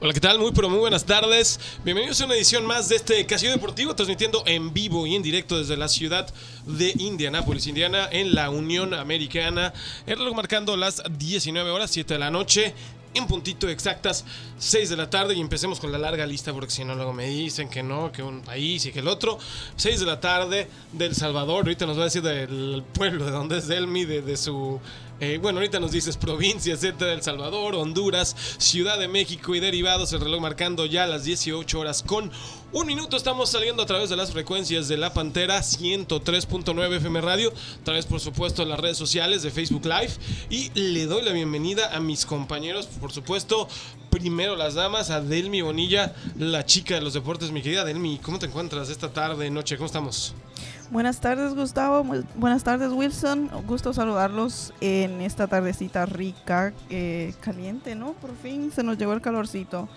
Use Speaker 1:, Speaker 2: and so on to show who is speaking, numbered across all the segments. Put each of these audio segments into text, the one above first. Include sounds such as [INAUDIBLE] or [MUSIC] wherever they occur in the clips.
Speaker 1: Hola, ¿qué tal? Muy pero muy buenas tardes. Bienvenidos a una edición más de este Casillo Deportivo, transmitiendo en vivo y en directo desde la ciudad de Indianápolis, Indiana, en la Unión Americana. El reloj marcando las 19 horas, 7 de la noche, en puntito exactas, 6 de la tarde. Y empecemos con la larga lista, porque si no, luego me dicen que no, que un país y que el otro. 6 de la tarde del Salvador. Ahorita nos va a decir del pueblo, de donde es Delmi, de, de su eh, bueno, ahorita nos dices provincia, [LAUGHS] etcétera, El Salvador, Honduras, Ciudad de México y derivados. El reloj marcando ya las 18 horas con un minuto. Estamos saliendo a través de las frecuencias de La Pantera 103.9 FM Radio, a través, por supuesto, de las redes sociales de Facebook Live. Y le doy la bienvenida a mis compañeros, por supuesto, primero las damas, a Delmi Bonilla, la chica de los deportes. Mi querida Delmi, ¿cómo te encuentras esta tarde, noche? ¿Cómo estamos?
Speaker 2: Buenas tardes, Gustavo. Muy buenas tardes, Wilson. Gusto saludarlos en esta tardecita rica, eh, caliente, ¿no? Por fin se nos llegó el calorcito.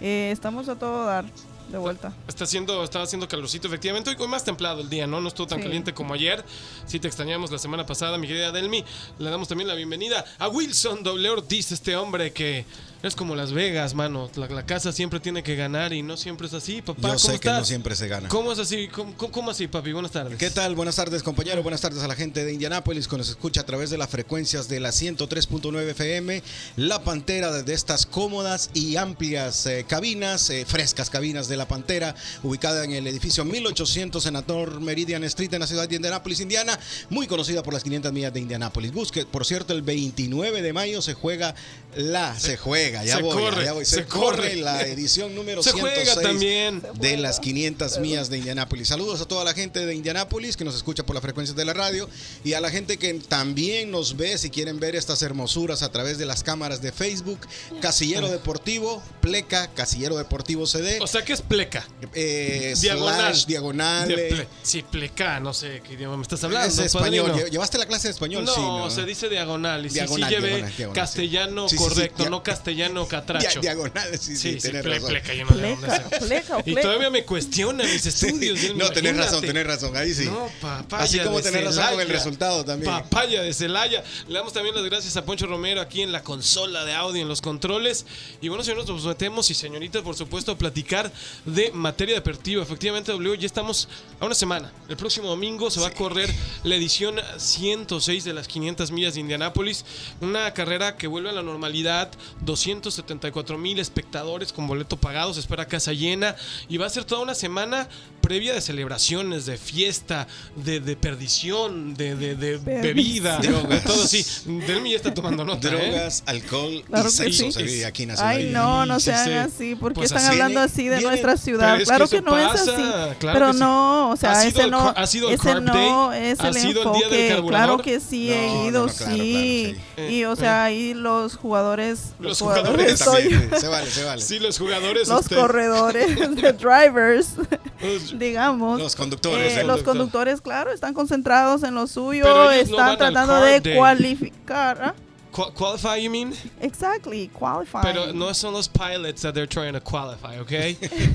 Speaker 2: Eh, estamos a todo dar. De vuelta.
Speaker 1: Está haciendo, está haciendo calorcito, efectivamente. Hoy, hoy más templado el día, ¿no? No estuvo tan
Speaker 2: Sí.
Speaker 1: caliente como ayer. Sí te extrañamos la semana pasada, mi querida Delmi. Le damos también la bienvenida a Wilson W. Ortiz, este hombre que es como Las Vegas, mano. La, la casa siempre tiene que ganar y no siempre es así, papá. ¿Cómo
Speaker 3: Yo sé que
Speaker 1: estás?
Speaker 3: no siempre se gana.
Speaker 1: ¿Cómo es así? ¿Cómo, cómo- cómo así, papi? Buenas tardes.
Speaker 3: ¿Qué tal? Buenas tardes, compañero. Buenas tardes a la gente de Indianápolis que nos escucha a través de las frecuencias de la 103.9 FM, La Pantera, desde estas cómodas y amplias eh, cabinas, eh, frescas cabinas de La Pantera, ubicada en el edificio 1800 Senador Meridian Street en la ciudad de Indianápolis, Indiana, muy conocida por las 500 millas de Indianápolis. Busque, por cierto, el 29 de mayo se juega la. Se, juega, ya
Speaker 1: se
Speaker 3: voy.
Speaker 1: corre,
Speaker 3: ya voy.
Speaker 1: se
Speaker 3: Se, corre.
Speaker 1: corre.
Speaker 3: la edición número
Speaker 1: Se
Speaker 3: 106
Speaker 1: juega también.
Speaker 3: de las 500 millas de Indianápolis. Saludos a toda la gente de Indianápolis que nos escucha por las frecuencias de la radio y a la gente que también nos ve si quieren ver estas hermosuras a través de las cámaras de Facebook, Casillero Deportivo, Pleca, Casillero Deportivo CD,
Speaker 1: O sea, que es pleca.
Speaker 3: eh,
Speaker 1: Diagonal.
Speaker 3: slash, diagonal.
Speaker 1: De
Speaker 3: eh,
Speaker 1: ple- sí, pleca, no sé qué idioma me estás hablando.
Speaker 3: es español.
Speaker 1: padrino.
Speaker 3: Lle- ¿Llevaste la clase de español?
Speaker 1: No,
Speaker 3: Sí,
Speaker 1: se dice diagonal. Y sí,
Speaker 3: Diagonal,
Speaker 1: sí, llevé
Speaker 3: diagonal, diagonal,
Speaker 1: castellano
Speaker 3: sí. Sí, sí, sí,
Speaker 1: correcto,
Speaker 3: dia-
Speaker 1: no castellano
Speaker 3: Dia-
Speaker 1: catracho.
Speaker 3: diagonal, sí, sí,
Speaker 1: sí, sí,
Speaker 3: tenés
Speaker 1: ple-
Speaker 3: razón.
Speaker 1: pleca, yo no sé dónde
Speaker 2: Pleca,
Speaker 1: sea.
Speaker 2: pleca,
Speaker 1: Y
Speaker 2: pleca.
Speaker 1: todavía me cuestiona mis
Speaker 3: Sí,
Speaker 1: estudios. Dios,
Speaker 3: no, tenés razón,
Speaker 1: imagínate.
Speaker 3: tenés razón, ahí sí.
Speaker 1: No, papaya
Speaker 3: Así como
Speaker 1: de
Speaker 3: tenés razón con el
Speaker 1: Celaya.
Speaker 3: resultado también.
Speaker 1: Papaya de Celaya. Le damos también las gracias a Poncho Romero aquí en la consola de audio, en los controles. Y bueno, señores, nos metemos y señoritas, por supuesto, a platicar de materia deportiva. Efectivamente, W, ya estamos a una semana. El próximo domingo se va a correr la edición 106 de las 500 millas de Indianápolis. Una carrera que vuelve a la normalidad. 274 mil espectadores con boleto pagado. Se espera casa llena. Y va a ser toda una semana previa de celebraciones, de fiesta, de, de perdición, de, de- de
Speaker 2: Perdición. [LAUGHS]
Speaker 1: bebida, de
Speaker 3: Drogas.
Speaker 1: todo así. Delmi ya está tomando nota. ¿eh?
Speaker 3: Drogas, alcohol
Speaker 2: Claro
Speaker 3: y
Speaker 2: que
Speaker 3: sexo
Speaker 2: sí.
Speaker 3: se vive aquí en la ciudad de
Speaker 2: Ay, no,
Speaker 3: Indianápolis.
Speaker 2: no
Speaker 1: Sí, sí.
Speaker 2: sean así. porque
Speaker 1: Pues
Speaker 2: están
Speaker 1: así
Speaker 2: hablando
Speaker 3: viene-
Speaker 2: así de
Speaker 3: viene-
Speaker 2: nuestra ciudad?
Speaker 1: Pero es que
Speaker 2: Claro que,
Speaker 1: eso
Speaker 2: no es
Speaker 1: pasa,
Speaker 2: así.
Speaker 1: claro
Speaker 2: pero
Speaker 1: que sí.
Speaker 2: no, o sea,
Speaker 1: ¿Ha
Speaker 2: ese
Speaker 1: sido el
Speaker 2: no,
Speaker 1: car- ha sido el
Speaker 2: ese
Speaker 1: carb
Speaker 2: no
Speaker 1: day?
Speaker 2: es
Speaker 1: ¿Ha
Speaker 2: el
Speaker 1: sido el día del
Speaker 2: enfoque. claro
Speaker 1: carburador?
Speaker 2: que sí,
Speaker 3: No,
Speaker 2: he
Speaker 3: no, no,
Speaker 2: ido,
Speaker 3: claro, claro,
Speaker 2: sí.
Speaker 1: sí.
Speaker 2: Y o sea, ahí los jugadores,
Speaker 1: Los
Speaker 2: los
Speaker 1: jugadores
Speaker 2: jugadores, soy-
Speaker 3: También, sí, se vale, se vale.
Speaker 1: Sí, los jugadores. [LAUGHS]
Speaker 2: los
Speaker 1: este, [LAUGHS]
Speaker 2: corredores, the drivers, [LAUGHS]
Speaker 1: los-
Speaker 2: digamos.
Speaker 3: Los
Speaker 2: Eh,
Speaker 3: conductores.
Speaker 1: el
Speaker 2: los
Speaker 1: conductor.
Speaker 2: conductores, claro, están concentrados en lo
Speaker 1: Pero
Speaker 2: suyo,
Speaker 1: ellos no van
Speaker 2: están
Speaker 1: al
Speaker 2: tratando
Speaker 1: car
Speaker 2: de
Speaker 1: day.
Speaker 2: cualificar. ¿ah?
Speaker 1: qua- qualify, you mean?
Speaker 2: Exactly, qualifying.
Speaker 1: Pero no son los pilots that they're trying to qualify, ¿ok?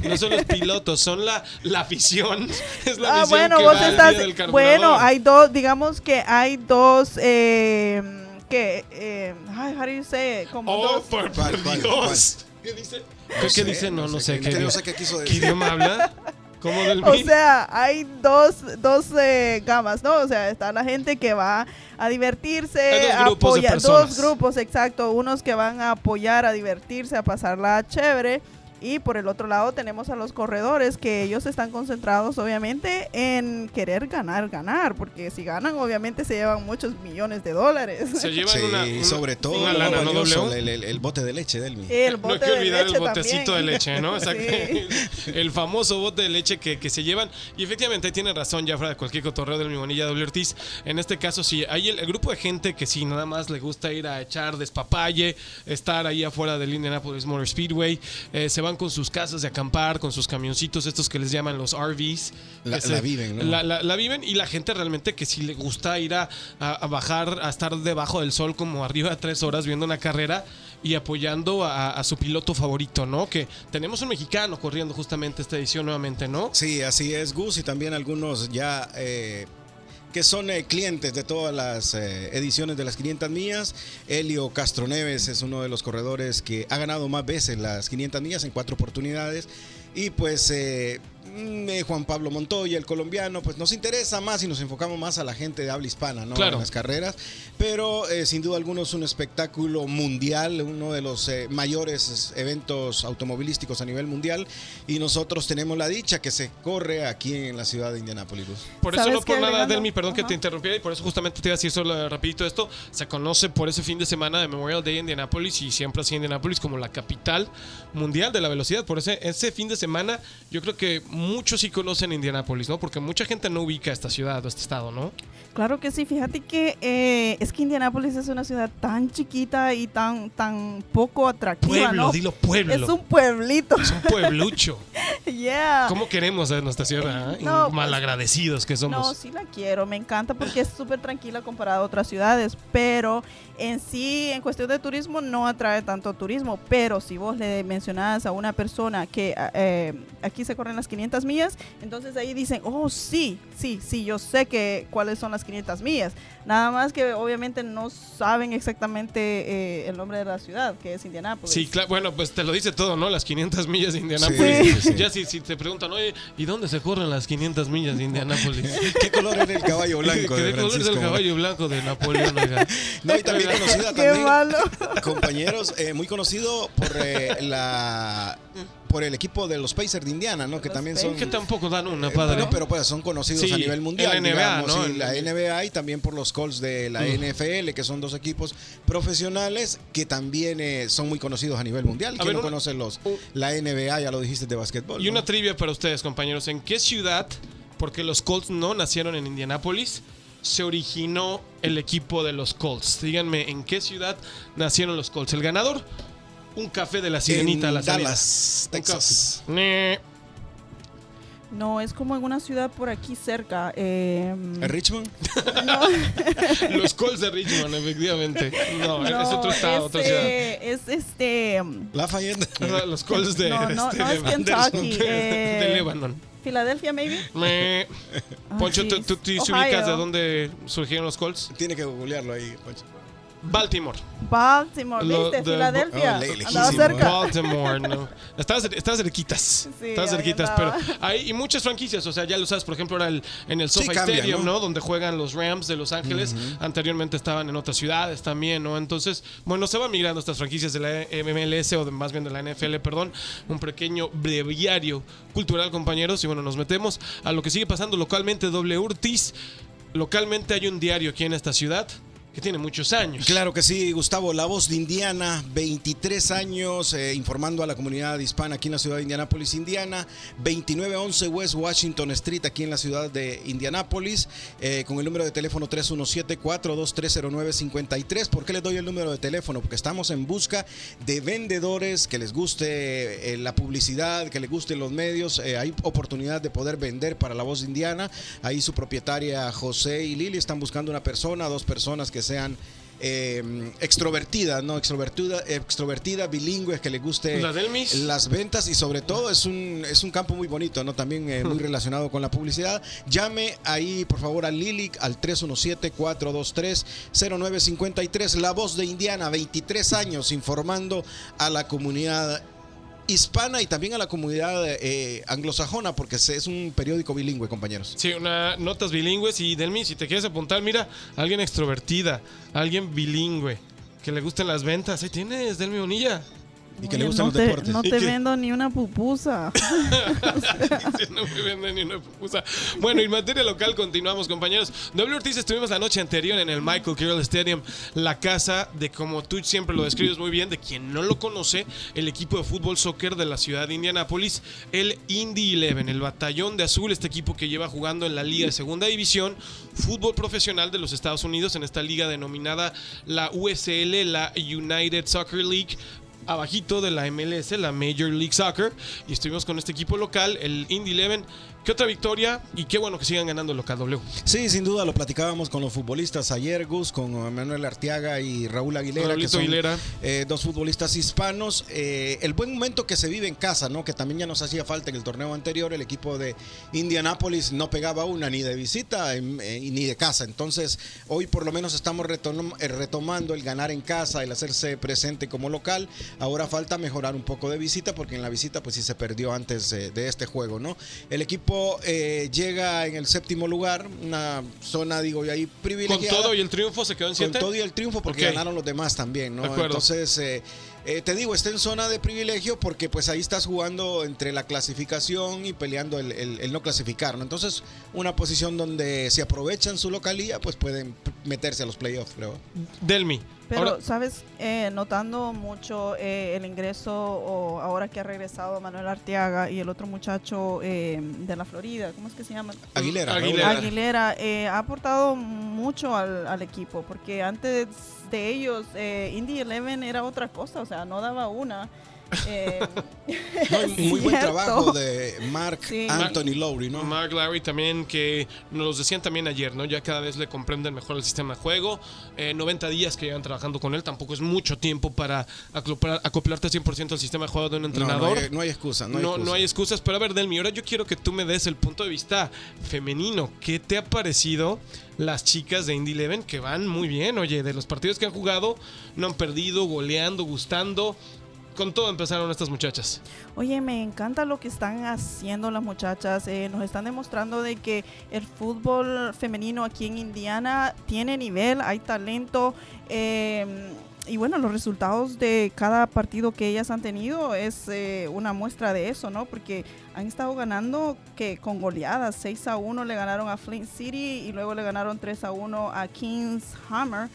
Speaker 1: No son los pilotos, son la, la afición. Es la
Speaker 2: Ah,
Speaker 1: afición
Speaker 2: bueno,
Speaker 1: que
Speaker 2: vos
Speaker 1: va al
Speaker 2: estás.
Speaker 1: día del carburador.
Speaker 2: Bueno, hay dos, digamos que hay dos. Eh, que, eh, ay, how do you say it? Como
Speaker 1: Oh,
Speaker 2: dos.
Speaker 1: por, por
Speaker 3: ¿Cuál, cuál,
Speaker 1: Dios. ¿Qué dice? ¿Qué,
Speaker 3: sé,
Speaker 1: dice? No, no, sé. ¿Qué,
Speaker 3: no
Speaker 1: idioma-
Speaker 3: sé qué quiso
Speaker 1: ¿qué
Speaker 3: decir.
Speaker 1: idioma habla? ¿Cómo del
Speaker 2: O
Speaker 1: mí?
Speaker 2: sea, hay dos, dos eh, gamas, ¿no? O sea, está la gente que va a
Speaker 1: Hay
Speaker 2: divertirse,
Speaker 1: dos grupos de
Speaker 2: apoyar,
Speaker 1: personas.
Speaker 2: dos grupos, exacto, unos que van a apoyar, a divertirse, a pasarla chévere. Y por el otro lado tenemos a los corredores que ellos están concentrados obviamente en querer ganar, ganar, porque si ganan obviamente se llevan muchos millones de dólares.
Speaker 1: Se llevan
Speaker 3: Sí,
Speaker 1: una, una-
Speaker 3: sobre todo
Speaker 1: una
Speaker 3: lo
Speaker 1: lana, ¿no,
Speaker 3: valioso,
Speaker 1: W?
Speaker 3: el, el- el bote de leche, Delmi.
Speaker 2: [LAUGHS]
Speaker 1: [LAUGHS]
Speaker 2: El
Speaker 1: No hay
Speaker 2: bote
Speaker 1: que
Speaker 2: de
Speaker 1: olvidar el
Speaker 2: leche
Speaker 1: botecito
Speaker 2: también.
Speaker 1: de leche,
Speaker 2: [LAUGHS]
Speaker 1: ¿no? Exacto. [LAUGHS]
Speaker 2: Sí.
Speaker 1: El famoso bote de leche que, que se llevan. Y efectivamente, ahí tienen razón ya fuera de cualquier cotorreo del Mimonilla W. Ortiz. En este caso, sí, hay el, el grupo de gente que sí, nada más le gusta ir a echar despapalle, estar ahí afuera del Indianapolis Motor Speedway. Eh, se van con sus casas de acampar, con sus camioncitos, estos que les llaman los RVs.
Speaker 3: La-
Speaker 1: que
Speaker 3: la viven, ¿no?
Speaker 1: La, la- la viven y la gente realmente que sí le gusta ir a, a- a bajar, a estar debajo del sol como arriba de tres horas viendo una carrera y apoyando a, a su piloto favorito, ¿no? Que tenemos un mexicano corriendo justamente esta edición nuevamente, ¿no?
Speaker 3: Sí, así es, Gus, y también algunos ya eh, que son eh, clientes de todas las eh, ediciones de las 500 millas. Helio Castro Neves es uno de los corredores que ha ganado más veces las 500 millas en cuatro oportunidades. Y pues eh, mm, eh, Juan Pablo Montoya, el colombiano, pues nos interesa más y nos enfocamos más a la gente de habla hispana, ¿no?
Speaker 1: Claro.
Speaker 3: En las carreras. Pero eh, sin duda alguno es un espectáculo mundial, uno de los eh, mayores eventos automovilísticos a nivel mundial. Y nosotros tenemos la dicha que se corre aquí en la ciudad de Indianápolis. Luz.
Speaker 1: Por eso
Speaker 2: ¿Sabes
Speaker 1: no por
Speaker 2: qué,
Speaker 1: nada,
Speaker 2: Alejandro?
Speaker 1: Delmi, perdón que
Speaker 2: Ajá.
Speaker 1: te interrumpiera y por eso justamente te iba a decir solo rapidito esto, se conoce por ese fin de semana de Memorial Day en Indianapolis y siempre así Indianapolis como la capital mundial de la velocidad, por ese, ese fin de semana yo creo que muchos sí conocen Indianapolis, ¿no? Porque mucha gente no ubica esta ciudad o este estado, ¿no?
Speaker 2: Claro que sí, fíjate que eh, es que Indianápolis es una ciudad tan chiquita y tan, tan poco atractiva,
Speaker 1: Pueblo,
Speaker 2: ¿no?
Speaker 1: dilo pueblo.
Speaker 2: Es un pueblito, [LAUGHS]
Speaker 1: Es un pueblucho.
Speaker 2: yeah.
Speaker 1: ¿Cómo queremos a nuestra ciudad?
Speaker 2: No, pues-
Speaker 1: Malagradecidos que
Speaker 2: No,
Speaker 1: somos.
Speaker 2: sí la quiero, me encanta porque es súper tranquila comparada a otras ciudades, pero en sí, en cuestión de turismo, no atrae tanto turismo, pero si vos le mencionás a una persona que a- eh, aquí se corren las 500 millas, entonces ahí dicen, oh, sí, sí, sí, yo sé que cuáles son las 500 millas, nada más que obviamente no saben exactamente eh, el nombre de la ciudad, que es Indianápolis.
Speaker 1: Sí, claro. Bueno, pues te lo dice todo, ¿no? Las 500 millas de Indianápolis.
Speaker 3: Sí, sí, sí.
Speaker 1: Ya si, si te preguntan, oye, ¿y dónde se corren las 500 millas de Indianápolis?
Speaker 3: ¿Qué color era el caballo [LAUGHS] blanco
Speaker 1: Que
Speaker 3: de
Speaker 1: de color es
Speaker 3: Francisco?
Speaker 1: el caballo blanco de Napoleón?
Speaker 3: [LAUGHS]
Speaker 1: oiga.
Speaker 3: No, y
Speaker 1: [LAUGHS]
Speaker 3: también
Speaker 2: [LAUGHS]
Speaker 3: conocida
Speaker 2: Qué
Speaker 3: también,
Speaker 2: malo.
Speaker 3: compañeros, eh, muy conocido por eh, la por el equipo de los Pacers de Indiana, ¿no? Que
Speaker 2: Los
Speaker 3: también son
Speaker 2: Pacers.
Speaker 1: Que tampoco dan una,
Speaker 3: Eh,
Speaker 1: padre.
Speaker 3: Pero, pero, pues son conocidos
Speaker 1: Sí,
Speaker 3: a nivel mundial.
Speaker 1: en la NBA,
Speaker 3: digamos,
Speaker 1: ¿no?
Speaker 3: y la NBA y también por los Colts de la
Speaker 1: Mm.
Speaker 3: NFL, que son dos equipos profesionales que también eh, son muy conocidos a nivel mundial.
Speaker 1: A
Speaker 3: ¿Quién
Speaker 1: ver,
Speaker 3: no
Speaker 1: una-
Speaker 3: conoce los,
Speaker 1: un-
Speaker 3: la NBA? Ya lo dijiste de básquetbol.
Speaker 1: Y
Speaker 3: ¿no?
Speaker 1: una trivia para ustedes, compañeros. ¿En qué ciudad, porque los Colts no nacieron en Indianápolis, se originó el equipo de los Colts? Díganme, ¿en qué ciudad nacieron los Colts? El ganador, un café de la sirenita a la
Speaker 3: en
Speaker 1: salida.
Speaker 3: Dallas,
Speaker 1: Un
Speaker 3: Texas.
Speaker 1: café. Ne.
Speaker 2: No, es como en una ciudad por aquí cerca. em,
Speaker 3: ¿En Richmond?
Speaker 1: Los Colts de Richmond, efectivamente. No, es otro estado, otra
Speaker 2: es,
Speaker 1: ciudad.
Speaker 2: eh, es, este. mm,
Speaker 3: Lafayette.
Speaker 1: Perdón, Los Colts de,
Speaker 2: No, no,
Speaker 1: este,
Speaker 2: no, es
Speaker 1: de-
Speaker 2: Kentucky,
Speaker 1: de- de
Speaker 2: eh.
Speaker 1: Lebanon.
Speaker 2: Filadelfia, maybe.
Speaker 1: Me-
Speaker 2: Ah,
Speaker 1: Poncho, ¿tú,
Speaker 2: jeez.
Speaker 1: tú, tú sí
Speaker 2: Ohio.
Speaker 1: ubicas de dónde surgieron los Colts?
Speaker 3: Tiene que googlearlo ahí, Pancho.
Speaker 1: Baltimore.
Speaker 2: Baltimore,
Speaker 1: Lo-
Speaker 2: ¿viste?
Speaker 1: de-
Speaker 2: Filadelfia.
Speaker 3: Oh, le-
Speaker 2: Andaba
Speaker 3: lejísimo.
Speaker 2: cerca.
Speaker 1: Baltimore, no. Estaba, cer- estaba cerquitas.
Speaker 2: Sí,
Speaker 1: estaba
Speaker 2: ahí
Speaker 1: cerquitas, pero
Speaker 2: andaba.
Speaker 1: hay y muchas franquicias. O sea, ya lo sabes, por ejemplo, ahora el- en el
Speaker 3: Sí,
Speaker 1: SoFi
Speaker 3: cambia,
Speaker 1: Stadium,
Speaker 3: ¿no?
Speaker 1: ¿no? Donde juegan los Rams de Los Ángeles. Anteriormente estaban en otras ciudades también, ¿no? Entonces, bueno, se van migrando estas franquicias de la MLS o de- más bien de la NFL, perdón. Un pequeño breviario cultural, compañeros. Y bueno, nos metemos a lo que sigue pasando localmente. W. Urtiz. Localmente hay un diario aquí en esta ciudad que tiene muchos años.
Speaker 3: Claro que sí, Gustavo, la voz de Indiana, 23 años eh, informando a la comunidad hispana aquí en la ciudad de Indianápolis, Indiana, 2911 West Washington Street aquí en la ciudad de Indianápolis, eh, con el número de teléfono 317-4230953. ¿Por qué les doy el número de teléfono? Porque estamos en busca de vendedores que les guste eh, la publicidad, que les gusten los medios. eh, hay oportunidad de poder vender para la voz de Indiana. Ahí su propietaria José y Lili están buscando una persona, dos personas que sean eh, extrovertidas, ¿no? Extrovertida, extrovertida, bilingües, que les guste
Speaker 1: La Delmis.
Speaker 3: las ventas y sobre todo es un, es un campo muy bonito, ¿no? También eh, muy relacionado con la publicidad. Llame ahí, por favor, a Lilic al 317-423-0953. La voz de Indiana, 23 años, informando a la comunidad hispana y también a la comunidad eh, anglosajona, porque se- es un periódico bilingüe, compañeros.
Speaker 1: Sí, una, notas bilingües y Delmi, si te quieres apuntar, mira, alguien extrovertida, alguien bilingüe, que le gusten las ventas. Ahí tienes, Delmi Bonilla.
Speaker 3: Y que le
Speaker 2: Oye,
Speaker 3: gustan
Speaker 2: no
Speaker 3: los
Speaker 2: te,
Speaker 3: deportes.
Speaker 2: No
Speaker 1: ¿Y
Speaker 2: te
Speaker 1: qué?
Speaker 2: vendo ni una pupusa.
Speaker 1: Sí, no me venden ni una pupusa. Bueno, y en materia local continuamos, compañeros. W Ortiz estuvimos la noche anterior en el Michael Carroll Stadium, la casa de, como tú siempre lo describes muy bien, de quien no lo conoce, el equipo de fútbol soccer de la ciudad de Indianápolis, el Indy Eleven, el batallón de azul, este equipo que lleva jugando en la Liga de Segunda División, fútbol profesional de los Estados Unidos, en esta liga denominada la USL, la United Soccer League, abajito de la MLS, la Major League Soccer, y estuvimos con este equipo local, el Indy Eleven. ¿Qué otra victoria? Y qué bueno que sigan ganando local W.
Speaker 3: Sí, sin duda, lo platicábamos con los futbolistas ayer, Gus, con Manuel Arteaga y Raúl Aguilera,
Speaker 1: Raulito
Speaker 3: que son
Speaker 1: Aguilera.
Speaker 3: eh, dos futbolistas hispanos. Eh, el buen momento que se vive en casa, ¿no? Que también ya nos hacía falta en el torneo anterior, el equipo de Indianápolis no pegaba una ni de visita em, eh, y ni de casa. Entonces, hoy por lo menos estamos retom- eh, retomando el ganar en casa, el hacerse presente como local. Ahora falta mejorar un poco de visita, porque en la visita, pues sí se perdió antes eh, de este juego, ¿no? El equipo eh, llega en el séptimo lugar, una zona, digo, y ahí
Speaker 1: Con
Speaker 3: privilegiada.
Speaker 1: todo y el triunfo se quedó en
Speaker 3: Con
Speaker 1: siete.
Speaker 3: todo y el triunfo, porque
Speaker 1: Ok.
Speaker 3: ganaron los demás también, ¿no?
Speaker 1: De acuerdo.
Speaker 3: Entonces, eh, eh, te digo, está en zona de privilegio porque pues ahí estás jugando entre la clasificación y peleando el, el- el no clasificar, ¿no? Entonces, una posición donde si aprovechan su localía, pues pueden p- meterse a los playoffs, creo.
Speaker 1: Delmi.
Speaker 2: Pero,
Speaker 1: Ahora-
Speaker 2: ¿sabes? Eh, notando mucho eh, el ingreso, o ahora que ha regresado Manuel Arteaga y el otro muchacho eh, de la Florida, ¿cómo es que se llama?
Speaker 3: Aguilera. Raúl.
Speaker 1: Aguilera.
Speaker 2: Aguilera eh, ha aportado mucho al, al equipo, porque antes de ellos, eh, Indy Eleven era otra cosa, o sea, no daba una. Eh, [LAUGHS]
Speaker 3: No, y muy buen
Speaker 2: Cierto.
Speaker 3: trabajo de Mark
Speaker 2: Sí.
Speaker 3: Anthony Lowry, ¿no?
Speaker 1: Mark Larry también, que nos decían también ayer, ¿no? Ya cada vez le comprenden mejor el sistema de juego. Eh, 90 días que llevan trabajando con él, tampoco es mucho tiempo para acoplar- acoplarte al 100% al sistema de juego de un
Speaker 3: No, eh, no,
Speaker 1: entrenador.
Speaker 3: hay, no hay excusa, no hay
Speaker 1: No,
Speaker 3: excusa.
Speaker 1: no hay excusas, pero a ver, Delmi, ahora yo quiero que tú me des el punto de vista femenino. ¿Qué te ha parecido las chicas de Indy Eleven que van muy bien? Oye, de los partidos que han jugado, no han perdido, goleando, gustando. Con todo empezaron estas muchachas.
Speaker 2: Oye, me encanta lo que están haciendo las muchachas. eh, nos están demostrando de que el fútbol femenino aquí en Indiana tiene nivel, hay talento. eh, y bueno, los resultados de cada partido que ellas han tenido es eh, una muestra de eso, ¿no? Porque han estado ganando que con goleadas. 6 a 1 le ganaron a Flint City y luego le ganaron 3 a 1 a Kings Hammer.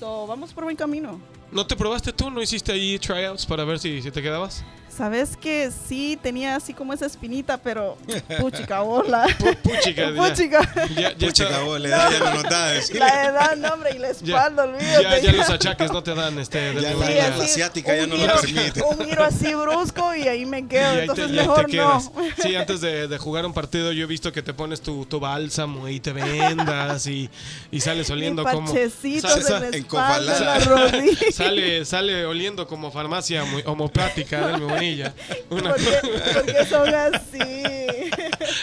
Speaker 2: So, vamos por buen camino.
Speaker 1: ¿No te probaste tú? ¿No hiciste ahí tryouts para ver si, si te quedabas?
Speaker 2: Sabes que sí tenía así como esa espinita,
Speaker 1: [LAUGHS]
Speaker 2: pero puchica bola. [LAUGHS]
Speaker 1: Puchica, ya,
Speaker 2: puchica.
Speaker 1: ya, ya
Speaker 3: Pucha,
Speaker 1: está-
Speaker 3: cabrón, le da- ya no nos da
Speaker 2: [LAUGHS]
Speaker 3: a decir.
Speaker 2: La edad, no, hombre, y la espalda, olvídate.
Speaker 1: ya- ya los achaques no te dan este.
Speaker 3: [LAUGHS] Ya
Speaker 1: Delmi,
Speaker 3: la-
Speaker 2: Sí,
Speaker 1: ya.
Speaker 3: la
Speaker 2: así,
Speaker 3: asiática ya
Speaker 2: un
Speaker 3: no lo
Speaker 2: giro-
Speaker 3: permite.
Speaker 2: Un giro así brusco y ahí me
Speaker 1: Y
Speaker 2: quedo,
Speaker 1: ahí te-
Speaker 2: entonces
Speaker 1: y ahí te
Speaker 2: mejor no. [LAUGHS]
Speaker 1: quedas. Sí, antes de, de jugar un partido yo he visto que te pones tu, tu bálsamo y te vendas y, y sales oliendo
Speaker 2: Oliendo
Speaker 1: como...
Speaker 2: parchecitos
Speaker 1: Sales,
Speaker 2: en la
Speaker 3: en
Speaker 2: espalda, en la
Speaker 1: [LAUGHS]
Speaker 3: Cofalá.
Speaker 2: rodilla.
Speaker 1: sale, sale oliendo como farmacia homo- homopática del Bonilla. Una-
Speaker 2: Porque, porque son así.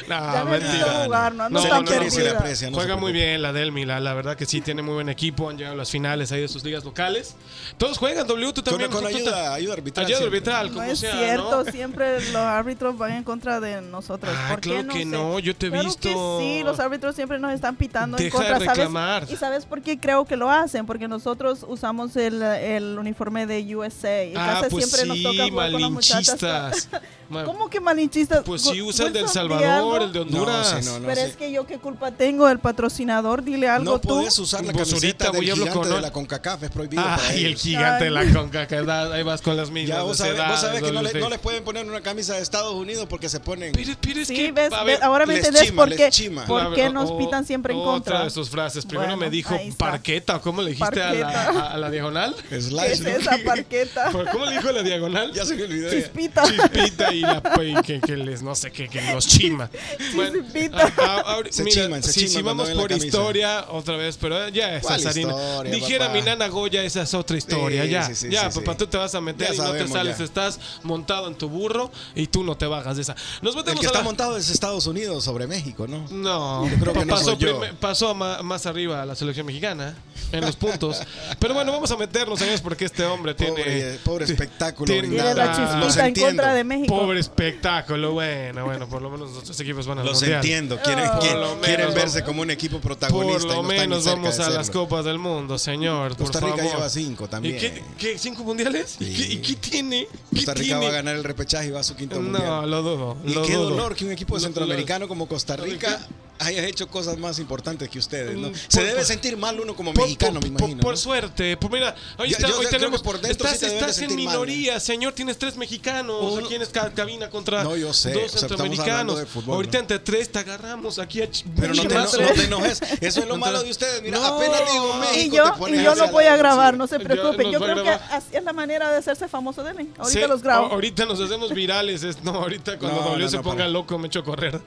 Speaker 1: No,
Speaker 2: Ya me
Speaker 1: mentira.
Speaker 2: visto jugar, no ando
Speaker 1: No,
Speaker 3: se
Speaker 2: tan
Speaker 3: le quiere y se le
Speaker 2: perdida.
Speaker 3: aprecia. no se
Speaker 1: Juega muy
Speaker 3: preocupe.
Speaker 1: bien la Delmi, la, la verdad que sí, tiene muy buen equipo, han llegado a las finales ahí de sus ligas locales. Todos juegan, W, tú
Speaker 3: Con,
Speaker 1: también.
Speaker 3: con
Speaker 1: tú- tú
Speaker 3: ayuda,
Speaker 1: ta-
Speaker 3: ayuda arbitral.
Speaker 1: ayuda
Speaker 3: siempre.
Speaker 1: arbitral,
Speaker 2: No
Speaker 1: como
Speaker 2: es
Speaker 1: sea,
Speaker 2: cierto,
Speaker 1: ¿no?
Speaker 2: siempre los árbitros van en contra de nosotros.
Speaker 1: Ah,
Speaker 2: Pues, ¿Por qué
Speaker 1: claro que
Speaker 2: sé?
Speaker 1: no, yo te he
Speaker 2: Claro que
Speaker 1: visto.
Speaker 2: sí, los árbitros siempre nos están pitando en
Speaker 1: Deja de
Speaker 2: contra. ¿sabes?
Speaker 1: reclamar.
Speaker 2: ¿Y sabes por qué creo que lo hacen? Porque nosotros usamos el, el uniforme de USA. Y
Speaker 1: Ah,
Speaker 2: casi
Speaker 1: pues
Speaker 2: siempre nos toca
Speaker 1: sí,
Speaker 2: jugar con las muchachas.
Speaker 1: malinchistas.
Speaker 2: [LAUGHS]
Speaker 1: Ma-
Speaker 2: ¿Cómo que malinchistas?
Speaker 1: Pues sí,
Speaker 2: Gu-
Speaker 1: usa el de El
Speaker 2: Wilson, di
Speaker 1: Salvador,
Speaker 2: algo.
Speaker 1: el de
Speaker 3: No,
Speaker 1: Honduras.
Speaker 3: sí, no, no,
Speaker 2: Pero
Speaker 3: sí.
Speaker 2: es que yo qué culpa tengo del patrocinador, dile algo
Speaker 3: no
Speaker 2: tú.
Speaker 3: puedes usar la
Speaker 1: Pues ahorita
Speaker 3: camiseta del
Speaker 1: voy y hablo
Speaker 3: gigante
Speaker 1: con
Speaker 3: de
Speaker 1: él.
Speaker 3: la CONCACAF, es prohibido
Speaker 1: Ah,
Speaker 3: para
Speaker 1: y el
Speaker 3: ellos.
Speaker 1: gigante de la conca, que da- ahí vas con las mismas.
Speaker 3: Ya vos sabés,
Speaker 1: necedades,
Speaker 3: vos sabés que no le,
Speaker 1: WC.
Speaker 3: no le pueden poner una camisa de Estados Unidos porque se ponen...
Speaker 1: Pero, pero es
Speaker 2: Sí,
Speaker 1: que,
Speaker 2: ves,
Speaker 1: a
Speaker 2: ves,
Speaker 1: ver,
Speaker 2: ahora me
Speaker 3: les
Speaker 2: entendés
Speaker 3: chima,
Speaker 2: por
Speaker 3: les
Speaker 2: qué,
Speaker 3: chima.
Speaker 2: por
Speaker 1: a ver,
Speaker 2: qué nos
Speaker 1: o-
Speaker 2: pitan siempre en
Speaker 1: Otra
Speaker 2: contra.
Speaker 1: de sus frases. Primero
Speaker 2: Bueno,
Speaker 1: me dijo
Speaker 2: ahí está.
Speaker 1: parqueta, ¿cómo le dijiste a la,
Speaker 2: Parqueta.
Speaker 1: a- a la diagonal?
Speaker 2: [LAUGHS] ¿Qué
Speaker 3: Slash,
Speaker 1: [LAUGHS]
Speaker 2: es
Speaker 3: ¿no?
Speaker 2: esa parqueta? [LAUGHS]
Speaker 1: ¿Cómo le dijo a la diagonal?
Speaker 3: [LAUGHS] Ya se me olvidó.
Speaker 1: [LAUGHS]
Speaker 3: ya.
Speaker 2: Chispita.
Speaker 1: Chispita y la y que, que les no sé qué, que nos chima. [LAUGHS]
Speaker 2: Chispita.
Speaker 1: a- a- ahora,
Speaker 3: Se
Speaker 1: mira,
Speaker 3: chiman, se
Speaker 1: si,
Speaker 3: chiman
Speaker 1: si
Speaker 3: cuando
Speaker 1: vamos
Speaker 3: ven la
Speaker 1: por
Speaker 3: camisa.
Speaker 1: historia otra vez, pero ya esa
Speaker 3: ¿Cuál
Speaker 1: Sarina.
Speaker 3: historia,
Speaker 1: Dijera
Speaker 3: papá?
Speaker 1: mi nana Goya, esa es otra historia,
Speaker 3: Sí,
Speaker 1: ya.
Speaker 3: sí, sí,
Speaker 1: ya,
Speaker 3: sí,
Speaker 1: papá,
Speaker 3: sí.
Speaker 1: tú te vas a meter
Speaker 3: Ya
Speaker 1: y no te
Speaker 3: sabemos,
Speaker 1: sales,
Speaker 3: ya.
Speaker 1: estás montado en tu burro y tú no te bajas de esa. Nos
Speaker 3: El
Speaker 1: metemos
Speaker 3: que
Speaker 1: a la-
Speaker 3: está montado es Estados Unidos sobre México, ¿no?
Speaker 1: No,
Speaker 3: creo que no
Speaker 1: pasó,
Speaker 3: soy yo.
Speaker 1: prime- pasó a ma- más arriba a la selección mexicana en los puntos. Pero bueno, vamos a meternos, señores, porque este hombre tiene
Speaker 3: Pobre, eh, pobre espectáculo.
Speaker 1: tiene
Speaker 3: brindado.
Speaker 2: Mire la
Speaker 1: Los
Speaker 2: chispita en
Speaker 3: entiendo.
Speaker 2: contra de México.
Speaker 1: pobre espectáculo. Bueno, bueno, por lo menos nuestros equipos Chivas van a
Speaker 3: Los
Speaker 1: mundial.
Speaker 3: entiendo, quieren,
Speaker 2: Por
Speaker 3: quieren-
Speaker 1: lo
Speaker 3: quieren
Speaker 1: menos
Speaker 3: verse
Speaker 1: vamos-
Speaker 3: como un equipo
Speaker 1: Por
Speaker 3: protagonista. y
Speaker 1: lo
Speaker 3: no están ni
Speaker 1: menos
Speaker 3: cerca
Speaker 1: vamos
Speaker 3: de
Speaker 1: a las
Speaker 3: serlo.
Speaker 1: Copas del Mundo, señor. por
Speaker 3: Costa Rica
Speaker 1: favor.
Speaker 3: lleva cinco
Speaker 1: ¿Y
Speaker 3: también.
Speaker 1: qué, qué, ¿Cinco mundiales? ¿Y,
Speaker 3: Sí.
Speaker 1: qué, y qué tiene? ¿Qué
Speaker 3: Costa Rica
Speaker 1: tiene?
Speaker 3: va a ganar el repechaje y va a su quinto
Speaker 1: No,
Speaker 3: mundial.
Speaker 1: lo dudo.
Speaker 3: Y
Speaker 1: lo
Speaker 3: qué
Speaker 1: dudo.
Speaker 3: dolor que un equipo de
Speaker 1: Lo-
Speaker 3: centroamericano como Costa
Speaker 1: lo-
Speaker 3: Rica haya hecho cosas más importantes que ustedes. ¿no?
Speaker 1: Mm,
Speaker 3: Se
Speaker 1: por-
Speaker 3: debe
Speaker 1: por-
Speaker 3: sentir mal uno como
Speaker 1: Por-
Speaker 3: mexicano,
Speaker 1: por,
Speaker 3: me
Speaker 1: por-
Speaker 3: imagino.
Speaker 1: por
Speaker 3: ¿no?
Speaker 1: suerte. Pues mira, hoy,
Speaker 3: Yo-
Speaker 1: está-
Speaker 3: yo
Speaker 1: hoy
Speaker 3: creo que
Speaker 1: tenemos.
Speaker 3: por dentro sí
Speaker 1: estás
Speaker 3: te deben de
Speaker 1: estás en
Speaker 3: sentir mal, ¿eh?
Speaker 1: minoría, señor. Tienes tres mexicanos.
Speaker 3: Uno-
Speaker 1: Aquí en esta cabina contra
Speaker 3: No, yo sé, o
Speaker 1: dos
Speaker 3: sea, estamos hablando
Speaker 1: centroamericanos.
Speaker 3: de fútbol,
Speaker 1: Ahorita
Speaker 3: ¿no?
Speaker 1: entre tres te agarramos aquí a ch-
Speaker 3: Pero no te, no,
Speaker 1: Chivas.
Speaker 3: no te enojes. Eso es lo malo de ustedes. Mira,
Speaker 1: No.
Speaker 3: apenas digo México.
Speaker 2: Oh. Y
Speaker 3: te
Speaker 2: yo,
Speaker 3: pones
Speaker 2: y yo
Speaker 3: hacia
Speaker 2: no
Speaker 3: la
Speaker 2: voy a grabar,
Speaker 3: defensiva.
Speaker 2: no se
Speaker 1: Ya
Speaker 2: preocupen.
Speaker 1: nos
Speaker 2: Yo
Speaker 1: va a
Speaker 2: creo que
Speaker 1: grabar. Oh,
Speaker 2: así es la manera de hacerse famoso de mí. Ahorita
Speaker 1: Sí,
Speaker 2: los grabo.
Speaker 1: a- ahorita nos hacemos virales. es- no, ahorita cuando
Speaker 3: No,
Speaker 1: W
Speaker 3: no,
Speaker 1: se
Speaker 3: no,
Speaker 1: ponga
Speaker 3: para.
Speaker 1: loco me echo a
Speaker 3: [LAUGHS]
Speaker 1: correr.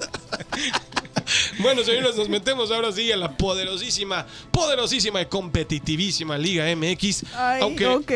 Speaker 1: [LAUGHS] bueno, señores, nos metemos ahora sí a la poderosísima, poderosísima y competitivísima Liga MX.
Speaker 2: Ay,
Speaker 1: aunque,
Speaker 2: ok.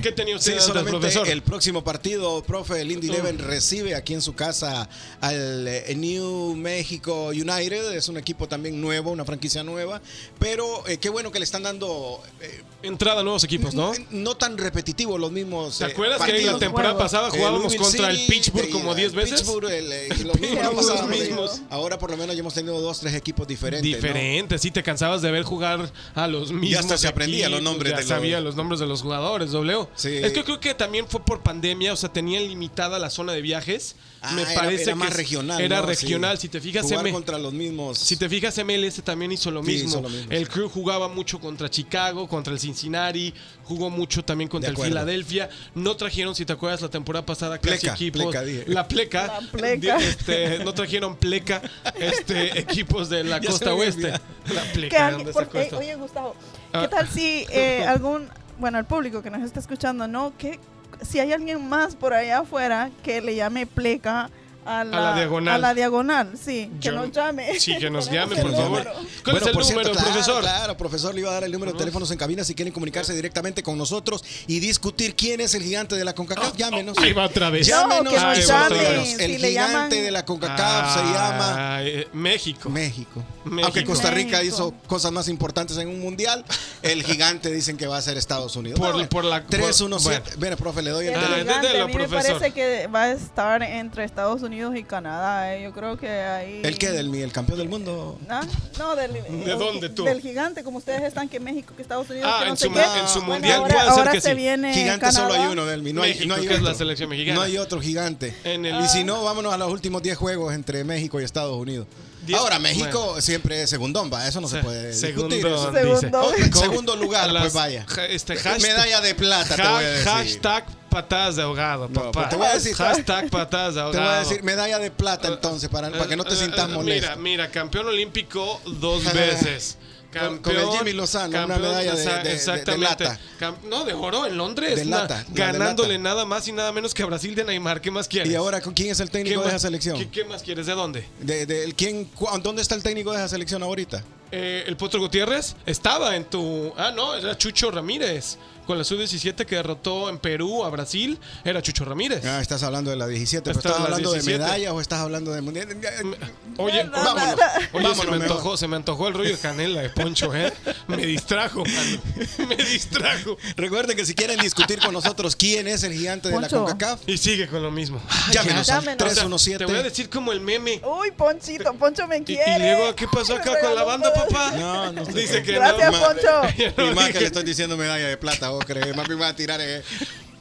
Speaker 1: ¿Qué tenía usted
Speaker 3: Sí,
Speaker 1: antes,
Speaker 3: solamente
Speaker 1: profesor?
Speaker 3: el próximo partido, profe, el Indy Leven recibe aquí en su casa al eh, New Mexico United. Es un equipo también nuevo, una franquicia nueva. Pero eh, qué bueno que le están dando. eh,
Speaker 1: Entrada a nuevos equipos, Pues ¿no?
Speaker 3: [LAUGHS] no tan repetitivo los mismos.
Speaker 1: ¿Te
Speaker 3: eh,
Speaker 1: acuerdas que en la
Speaker 3: partidos?
Speaker 1: temporada
Speaker 2: Juegos.
Speaker 1: pasada
Speaker 3: Eh,
Speaker 1: jugábamos
Speaker 3: Louisville
Speaker 1: contra el
Speaker 3: City,
Speaker 1: Pittsburgh
Speaker 3: de-
Speaker 1: como
Speaker 3: el
Speaker 1: 10 veces?
Speaker 3: Pittsburgh,
Speaker 1: [LAUGHS]
Speaker 3: el, eh, que lo mismo
Speaker 1: Pittsburgh,
Speaker 3: nos pasaba,
Speaker 1: los
Speaker 3: porque
Speaker 1: mismos.
Speaker 3: Ahora por lo menos ya hemos tenido dos, tres equipos diferentes. ¿no?
Speaker 1: Diferente, sí, te cansabas de ver jugar a los mismos.
Speaker 3: hasta se aprendía
Speaker 1: equipos,
Speaker 3: los nombres
Speaker 1: ya
Speaker 3: de los-
Speaker 1: sabía los nombres de los jugadores, W.
Speaker 3: Sí.
Speaker 1: Es que creo que también fue por pandemia, o sea, tenían limitada la zona de viajes.
Speaker 3: Ah,
Speaker 1: Me
Speaker 3: era-
Speaker 1: parece
Speaker 3: era
Speaker 1: que
Speaker 3: más
Speaker 1: es-
Speaker 3: regional.
Speaker 1: Era
Speaker 3: ¿no? Sí.
Speaker 1: regional, si te fijas,
Speaker 3: Jugar
Speaker 1: M-
Speaker 3: contra los mismos.
Speaker 1: si te fijas, MLS también hizo lo
Speaker 3: Sí,
Speaker 1: mismo.
Speaker 3: hizo lo mismo,
Speaker 1: el
Speaker 3: sí.
Speaker 1: Crew jugaba mucho contra Chicago, contra el Cincinnati, jugó mucho también contra
Speaker 3: De
Speaker 1: el
Speaker 3: acuerdo.
Speaker 1: Filadelfia. No trajeron, si te acuerdas, la temporada pasada casi
Speaker 3: Pleca,
Speaker 1: equipos.
Speaker 3: pleca, dije.
Speaker 1: la pleca.
Speaker 2: La pleca.
Speaker 1: Di- [LAUGHS] este, no trajeron pleca
Speaker 2: [LAUGHS]
Speaker 1: este, equipos de la
Speaker 3: Ya se
Speaker 1: costa
Speaker 3: me había
Speaker 1: oeste. La
Speaker 2: que
Speaker 1: pleca.
Speaker 2: alguien,
Speaker 1: ¿dónde
Speaker 2: por-
Speaker 1: se acuesta?
Speaker 2: eh, oye Gustavo,
Speaker 1: Ah.
Speaker 2: ¿qué tal
Speaker 1: [LAUGHS]
Speaker 2: si eh, algún, bueno, el público que nos está escuchando, ¿no? Que si hay alguien más por allá afuera que le llame pleca a la,
Speaker 1: diagonal.
Speaker 2: a la diagonal, sí, que
Speaker 1: Yo-
Speaker 2: nos llame.
Speaker 1: sí, que
Speaker 2: [LAUGHS]
Speaker 1: nos llame,
Speaker 2: Tenemos
Speaker 1: por
Speaker 2: el
Speaker 1: favor.
Speaker 2: número.
Speaker 1: ¿Cuál es el
Speaker 3: por
Speaker 1: número,
Speaker 3: claro,
Speaker 1: profesor?
Speaker 3: Claro, profesor, le iba a dar el número de teléfonos en cabina si quieren comunicarse directamente con nosotros y discutir quién es el gigante de la CONCACAF. Llámenos.
Speaker 1: Ah, Ahí va otra vez.
Speaker 2: Ya,
Speaker 3: Llámenos
Speaker 2: que
Speaker 3: y
Speaker 1: nos
Speaker 3: nosotros.
Speaker 1: llamen.
Speaker 2: Si
Speaker 3: El
Speaker 2: le llaman-
Speaker 3: gigante de la CONCACAF pues, se llama
Speaker 1: Ah, eh, México.
Speaker 3: México.
Speaker 1: México.
Speaker 3: Aunque Costa Rica
Speaker 2: México.
Speaker 3: hizo cosas más importantes en un mundial, el gigante dicen que va a ser Estados Unidos.
Speaker 1: Por- por la-
Speaker 3: 317.
Speaker 1: por-
Speaker 3: Mira, profe, le doy
Speaker 2: Sí,
Speaker 3: el
Speaker 2: el
Speaker 1: Ah, [LAUGHS] dé-
Speaker 3: teléfono.
Speaker 2: gigante,
Speaker 1: délo,
Speaker 2: a mí me
Speaker 1: profesor.
Speaker 2: parece que va a estar entre Estados Unidos y Canadá. eh, Yo creo que ahí.
Speaker 3: ¿El qué? ¿Del el campeón del mundo?
Speaker 2: ¿Ah? No, del,
Speaker 1: ¿De
Speaker 2: el-
Speaker 1: dónde tú?
Speaker 2: Del gigante, como ustedes están, que México, que Estados Unidos.
Speaker 1: Ah,
Speaker 2: que no
Speaker 1: en
Speaker 2: sé
Speaker 1: su
Speaker 2: qué.
Speaker 3: mu- en su mundial
Speaker 2: ahora,
Speaker 1: puede ser
Speaker 2: ahora
Speaker 1: que
Speaker 2: se
Speaker 1: sí.
Speaker 2: viene.
Speaker 3: Gigante
Speaker 2: Canadá.
Speaker 3: solo hay uno, Delmi. No hay,
Speaker 1: México,
Speaker 3: no hay
Speaker 1: que es
Speaker 3: otro.
Speaker 1: la selección mexicana.
Speaker 3: No hay otro gigante.
Speaker 1: En el-
Speaker 3: y si no, vámonos a los últimos 10 juegos entre México y Estados Unidos.
Speaker 1: Diez-
Speaker 3: Ahora, México siempre es segundón, va. Eso no se,
Speaker 1: Se-
Speaker 3: puede
Speaker 1: segundo,
Speaker 3: discutir. Eso-
Speaker 2: Segundo.
Speaker 1: dice.
Speaker 3: Oh,
Speaker 2: Con-
Speaker 3: segundo lugar,
Speaker 1: Las-
Speaker 3: pues vaya.
Speaker 1: ja- Este, hashtag-
Speaker 3: Medalla de plata, te
Speaker 1: Ha-
Speaker 3: voy a decir.
Speaker 1: Hashtag patadas de ahogado,
Speaker 3: No,
Speaker 1: papá.
Speaker 3: pues te voy a decir-
Speaker 1: hashtag patadas de
Speaker 3: Te
Speaker 1: ahogado.
Speaker 3: voy a decir medalla de plata entonces, para, para que no te
Speaker 1: Eh,
Speaker 3: sientas
Speaker 1: eh,
Speaker 3: molesto.
Speaker 1: Mira, mira, campeón olímpico dos veces.
Speaker 3: [LAUGHS] Con-
Speaker 1: Campeón,
Speaker 3: con el Jimmy Lozano, una medalla de-
Speaker 1: exa-
Speaker 3: de- de- de lata.
Speaker 1: Cam- no, de oro en Londres.
Speaker 3: De
Speaker 1: una-
Speaker 3: lata, la de
Speaker 1: ganándole
Speaker 3: lata.
Speaker 1: nada más y nada menos que a Brasil de Neymar. ¿Qué más quieres?
Speaker 3: ¿Y ahora ¿con quién es el
Speaker 1: ¿Qué
Speaker 3: técnico de
Speaker 1: más,
Speaker 3: esa selección?
Speaker 1: ¿qué, qué más quieres? ¿De dónde?
Speaker 3: De- de- ¿quién, cu- ¿Dónde está el técnico de esa selección ahorita?
Speaker 1: Eh, el Potro Gutiérrez estaba en tu. Ah, no, era Chucho Ramírez. Con la sub-17 que derrotó en Perú a Brasil, era Chucho Ramírez.
Speaker 3: Ah, estás hablando de la 17. pero
Speaker 1: Estás
Speaker 3: ¿Estás
Speaker 1: la
Speaker 3: hablando
Speaker 1: 17.
Speaker 3: de medallas o estás hablando de mundial?
Speaker 1: [LAUGHS] Oye,
Speaker 2: No, no,
Speaker 1: vámonos. Oye,
Speaker 2: no.
Speaker 1: se,
Speaker 3: Vámonos,
Speaker 1: me
Speaker 3: mejor.
Speaker 1: antojó, se me antojó el rollo de canela de Poncho, ¿eh? Me distrajo, mano. [LAUGHS] Me distrajo.
Speaker 3: Recuerden que si quieren discutir con nosotros quién es el gigante de la
Speaker 2: Poncho.
Speaker 3: CONCACAF,
Speaker 1: Y sigue con lo mismo.
Speaker 3: llámenos al
Speaker 2: Llámenos.
Speaker 1: O sea, Te voy a
Speaker 3: 317.
Speaker 1: decir como el meme.
Speaker 2: Uy, Ponchito, Poncho me
Speaker 1: Y, y
Speaker 2: quiere.
Speaker 1: luego, ¿qué pasó
Speaker 2: Ay,
Speaker 1: acá
Speaker 2: me
Speaker 1: con la
Speaker 2: regaló
Speaker 1: banda,
Speaker 2: todo.
Speaker 1: papá?
Speaker 3: No, no sé.
Speaker 1: Dice que
Speaker 2: Gracias,
Speaker 1: no. [LAUGHS]
Speaker 2: Poncho.
Speaker 1: Ya no
Speaker 3: Y más que
Speaker 1: dije.
Speaker 3: le estoy diciendo medalla de plata, vos crees. Más que me va a tirar eh,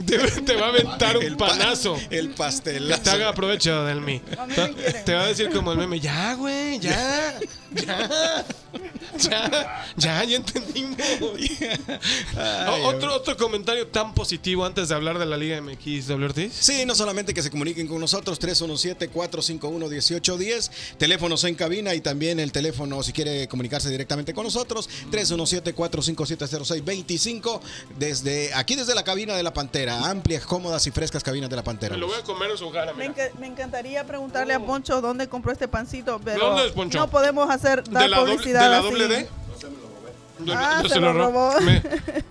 Speaker 1: Te, te va a aventar un
Speaker 3: pa-
Speaker 1: panazo.
Speaker 3: El
Speaker 1: Que te haga
Speaker 3: pastelazo.
Speaker 1: provecho del mí.
Speaker 2: A mí me quieren.
Speaker 1: Te va a decir como el meme, ya, güey, ya, ya, ya, ya, ya entendimos. O- otro, otro comentario tan positivo antes de hablar de la Liga MX, W. Ortiz.
Speaker 3: Sí, no solamente que se comuniquen con nosotros, 317-451-1810, teléfonos en cabina y también el teléfono si quiere comunicarse directamente con nosotros, 317-457-0625, desde aquí desde la cabina de la Pantera, amplias, cómodas y frescas cabinas de la Pantera.
Speaker 1: Me lo voy a comer en su cara,
Speaker 2: Me,
Speaker 1: mira.
Speaker 2: enca- me encantaría preguntarle a Poncho dónde compró este pancito, pero
Speaker 1: ¿Dónde es, Poncho?
Speaker 2: no podemos hacer dar
Speaker 1: ¿De la doble, de
Speaker 2: publicidad
Speaker 1: la
Speaker 2: así.
Speaker 1: doble D? No,
Speaker 2: Ah,
Speaker 1: no
Speaker 2: se lo
Speaker 1: ro-
Speaker 2: robó.
Speaker 1: Me,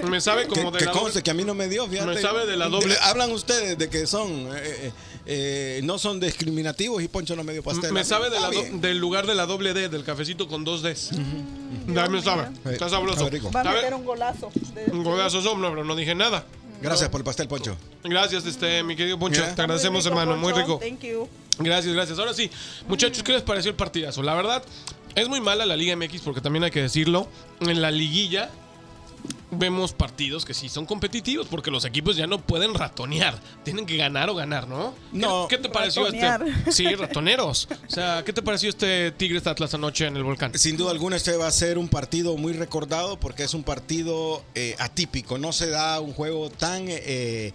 Speaker 1: me sabe
Speaker 3: Que,
Speaker 1: como de
Speaker 3: que
Speaker 1: la doble-
Speaker 3: conste que a mí no me dio, fíjate.
Speaker 1: Me sabe de la doble-
Speaker 3: Hablan ustedes de que son, eh, eh, eh, no son discriminativos y Poncho no me dio pastel.
Speaker 1: Me sabe de la
Speaker 3: Está
Speaker 1: do-
Speaker 3: bien.
Speaker 1: del lugar de la doble D, del cafecito con dos Ds. Dame sabe, está sabroso.
Speaker 3: Está rico.
Speaker 2: Va a
Speaker 1: ¿Sabe?
Speaker 2: meter un golazo. de-
Speaker 1: Un golazo, no, pero no dije nada.
Speaker 3: Gracias por el pastel, Poncho.
Speaker 1: Gracias, este, mi querido Poncho.
Speaker 3: Mira.
Speaker 1: Te agradecemos,
Speaker 2: rico,
Speaker 1: hermano. Muy
Speaker 2: Poncho.
Speaker 1: rico.
Speaker 2: Thank you.
Speaker 1: Gracias, gracias. Ahora sí, muchachos, ¿qué les pareció el partidazo? La verdad, es muy mala la Liga MX porque también hay que decirlo. En la liguilla vemos partidos que sí son competitivos porque los equipos ya no pueden ratonear. Tienen que ganar o ganar, ¿no?
Speaker 3: No.
Speaker 1: ¿Qué, qué te pareció este?
Speaker 2: Ratonear.
Speaker 1: Sí, ratoneros. O sea, ¿qué te pareció este Tigres Atlas anoche en el volcán?
Speaker 3: Sin duda alguna este va a ser un partido muy recordado porque es un partido eh, atípico. No se da un juego tan... eh,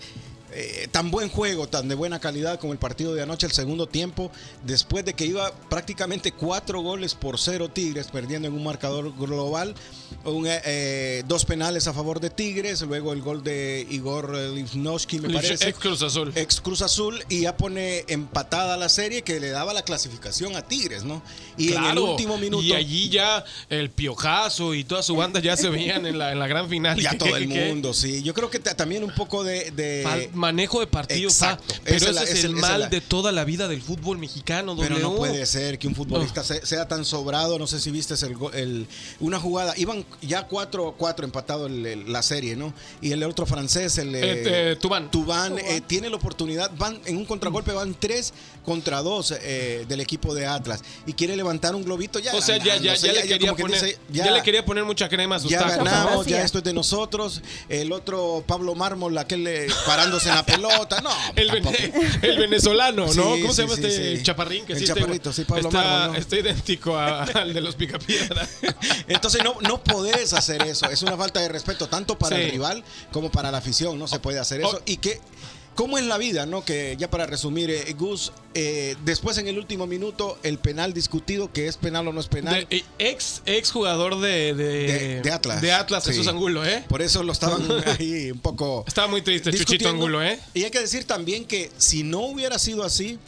Speaker 3: eh, tan buen juego, tan de buena calidad como el partido de anoche, el segundo tiempo, después de que iba prácticamente cuatro goles por cero Tigres, perdiendo en un marcador global, un, eh, eh, dos penales a favor de Tigres, luego el gol de Igor eh, Livnowski, me parece,
Speaker 1: Ex Cruz Azul.
Speaker 3: ex Cruz Azul y ya pone empatada la serie que le daba la clasificación a Tigres, ¿no? Y en el
Speaker 1: Claro,
Speaker 3: último minuto
Speaker 1: Y allí ya el Piojazo y toda su banda ya se veían en la, en la gran final.
Speaker 3: [LAUGHS] ya
Speaker 1: Que-
Speaker 3: todo
Speaker 1: [LAUGHS]
Speaker 3: el
Speaker 1: que-
Speaker 3: mundo, sí. Yo creo que ta- también un poco de, de-
Speaker 1: Fal- manejo de partido,
Speaker 3: Exacto.
Speaker 1: pa. pero ese
Speaker 3: Esa es la-
Speaker 1: es,
Speaker 3: esa es-
Speaker 1: el
Speaker 3: esa es
Speaker 1: mal
Speaker 3: la-
Speaker 1: de toda la vida del fútbol mexicano.
Speaker 3: Pero no
Speaker 1: W.
Speaker 3: puede ser que un futbolista se- sea tan sobrado. No sé si viste el, go- el- una jugada. Iban ya 4-4 empatado el- el- la serie, ¿no? Y el otro francés, el
Speaker 1: Eh, eh, Tubán.
Speaker 3: Tubán,
Speaker 2: Tubán.
Speaker 3: eh, tiene la oportunidad. Van en un contragolpe van 3 contra 2 del equipo de Atlas. Y quiere levantar un globito ya.
Speaker 1: O sea, ya, ya,
Speaker 3: ganándose,
Speaker 1: ya, le quería
Speaker 3: como que
Speaker 1: poner,
Speaker 3: dice,
Speaker 1: ya, le quería poner mucha crema a sus
Speaker 3: Ya
Speaker 1: tacos.
Speaker 2: ganaba.
Speaker 3: ganamos, ya
Speaker 2: Gracias.
Speaker 3: esto es de nosotros. El otro Pablo Mármol, aquel eh, parándose en la pelota. No,
Speaker 1: [LAUGHS] [LAUGHS] El,
Speaker 3: tampoco.
Speaker 1: vene- el venezolano, ¿no?
Speaker 3: Sí,
Speaker 1: ¿Cómo se
Speaker 3: sí,
Speaker 1: llama
Speaker 3: sí,
Speaker 1: este
Speaker 3: sí.
Speaker 1: chaparrín? Que
Speaker 3: El
Speaker 1: sí está igual-
Speaker 3: chaparrito, sí, Pablo
Speaker 1: está,
Speaker 3: Mármol, ¿no?
Speaker 1: está idéntico
Speaker 3: [LAUGHS]
Speaker 1: a- al de los Picapiedra.
Speaker 3: Entonces no, no podés hacer eso. Es una falta de respeto tanto para el
Speaker 1: Sí.
Speaker 3: rival como para la afición. No se puede hacer eso.
Speaker 1: Oh.
Speaker 3: Y que, ¿cómo es la vida? no Que ya para resumir, eh, Gus, eh, después en el último minuto, el penal discutido, que es penal o no es penal.
Speaker 1: De- eh, ex, ex jugador de, de,
Speaker 3: De- de Atlas.
Speaker 1: De Atlas,
Speaker 3: Sí.
Speaker 1: Jesús Angulo, ¿eh?
Speaker 3: Por eso lo
Speaker 1: [LAUGHS]
Speaker 3: estaban ahí un poco...
Speaker 1: Estaba muy triste, Chuchito
Speaker 3: discutiendo.
Speaker 1: Angulo, ¿eh?
Speaker 3: Y hay que decir también que si no hubiera sido así,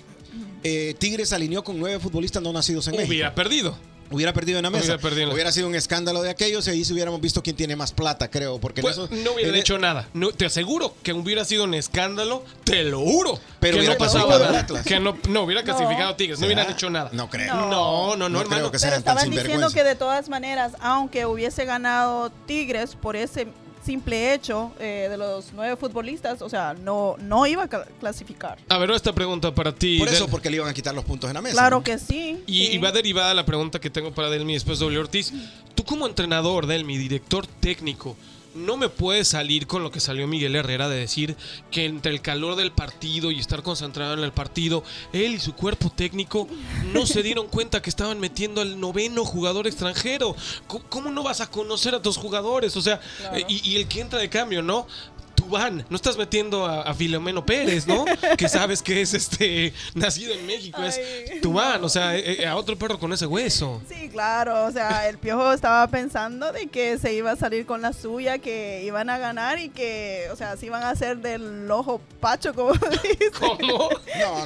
Speaker 3: eh, Tigres alineó con nueve futbolistas no nacidos en México.
Speaker 1: Hubiera perdido.
Speaker 3: Hubiera perdido en la mesa.
Speaker 1: Hubiera
Speaker 3: Hubiera,
Speaker 1: perdido en la-
Speaker 3: sido un escándalo de aquellos y ahí si hubiéramos visto quién tiene más plata, creo. Porque en
Speaker 1: Pues,
Speaker 3: eso-
Speaker 1: no hubieran
Speaker 3: en- e-
Speaker 1: hecho nada. No, te aseguro que hubiera sido un escándalo, te lo juro.
Speaker 3: Pero
Speaker 1: que
Speaker 3: hubiera
Speaker 1: no pasaba
Speaker 3: clasificado el
Speaker 1: nada.
Speaker 3: Atlas.
Speaker 1: Que no, no hubiera clasificado
Speaker 2: No.
Speaker 1: Tigres, no hubieran hecho nada.
Speaker 3: No creo.
Speaker 1: No, no, no,
Speaker 3: No
Speaker 1: hermano.
Speaker 3: creo
Speaker 2: Pero
Speaker 3: que sean tan
Speaker 2: estaban diciendo
Speaker 3: sinvergüenzas.
Speaker 2: que de todas maneras, aunque hubiese ganado Tigres por ese simple hecho eh, de los nueve futbolistas, o sea, no, no iba a cla- clasificar.
Speaker 1: A ver, esta pregunta para ti.
Speaker 3: Por eso,
Speaker 1: Del-
Speaker 3: porque le iban a quitar los puntos en la mesa.
Speaker 2: Claro
Speaker 3: ¿no?
Speaker 2: que sí.
Speaker 1: Y,
Speaker 2: sí.
Speaker 1: y va derivada la pregunta que tengo para Delmi después de W. Ortiz. Tú como entrenador, Delmi, director técnico, no me puedes salir con lo que salió Miguel Herrera de decir que entre el calor del partido y estar concentrado en el partido, él y su cuerpo técnico no se dieron
Speaker 2: [LAUGHS]
Speaker 1: cuenta que estaban metiendo al noveno jugador extranjero. Co- ¿Cómo no vas a conocer a tus jugadores? O sea,
Speaker 2: Claro.
Speaker 1: eh, y, y el que entra de cambio, ¿no? Tubán, no estás metiendo a, a Filomeno Pérez, ¿no? Que sabes que es este [LAUGHS] nacido en México, es
Speaker 2: Ay.
Speaker 1: Tubán, o sea, eh, eh, a otro perro con ese
Speaker 2: [LAUGHS]
Speaker 1: hueso.
Speaker 2: Sí, claro, o sea, el Piojo estaba pensando de que se iba a salir con la suya, que iban a ganar y que, o sea, se iban a hacer del ojo pacho, como [LAUGHS] dice.
Speaker 1: ¿Cómo?
Speaker 3: No,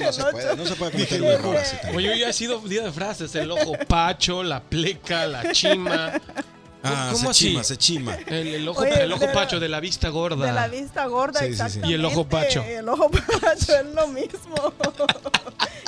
Speaker 2: [LAUGHS]
Speaker 3: no se puede. No se puede cometer un
Speaker 2: Dije,
Speaker 3: error así. también.
Speaker 1: Oye, hoy ha sido día de frases, el ojo pacho, la pleca, la chima.
Speaker 2: [LAUGHS]
Speaker 3: Ah,
Speaker 1: ¿Cómo
Speaker 3: se
Speaker 1: así?
Speaker 3: chima, se chima.
Speaker 1: El, el ojo,
Speaker 2: Oye,
Speaker 1: el ojo
Speaker 2: de la-
Speaker 1: pacho de la vista gorda.
Speaker 2: De la vista gorda,
Speaker 3: Sí, sí, sí.
Speaker 2: exactamente.
Speaker 1: Y el ojo pacho.
Speaker 2: El ojo pacho es lo mismo. [LAUGHS]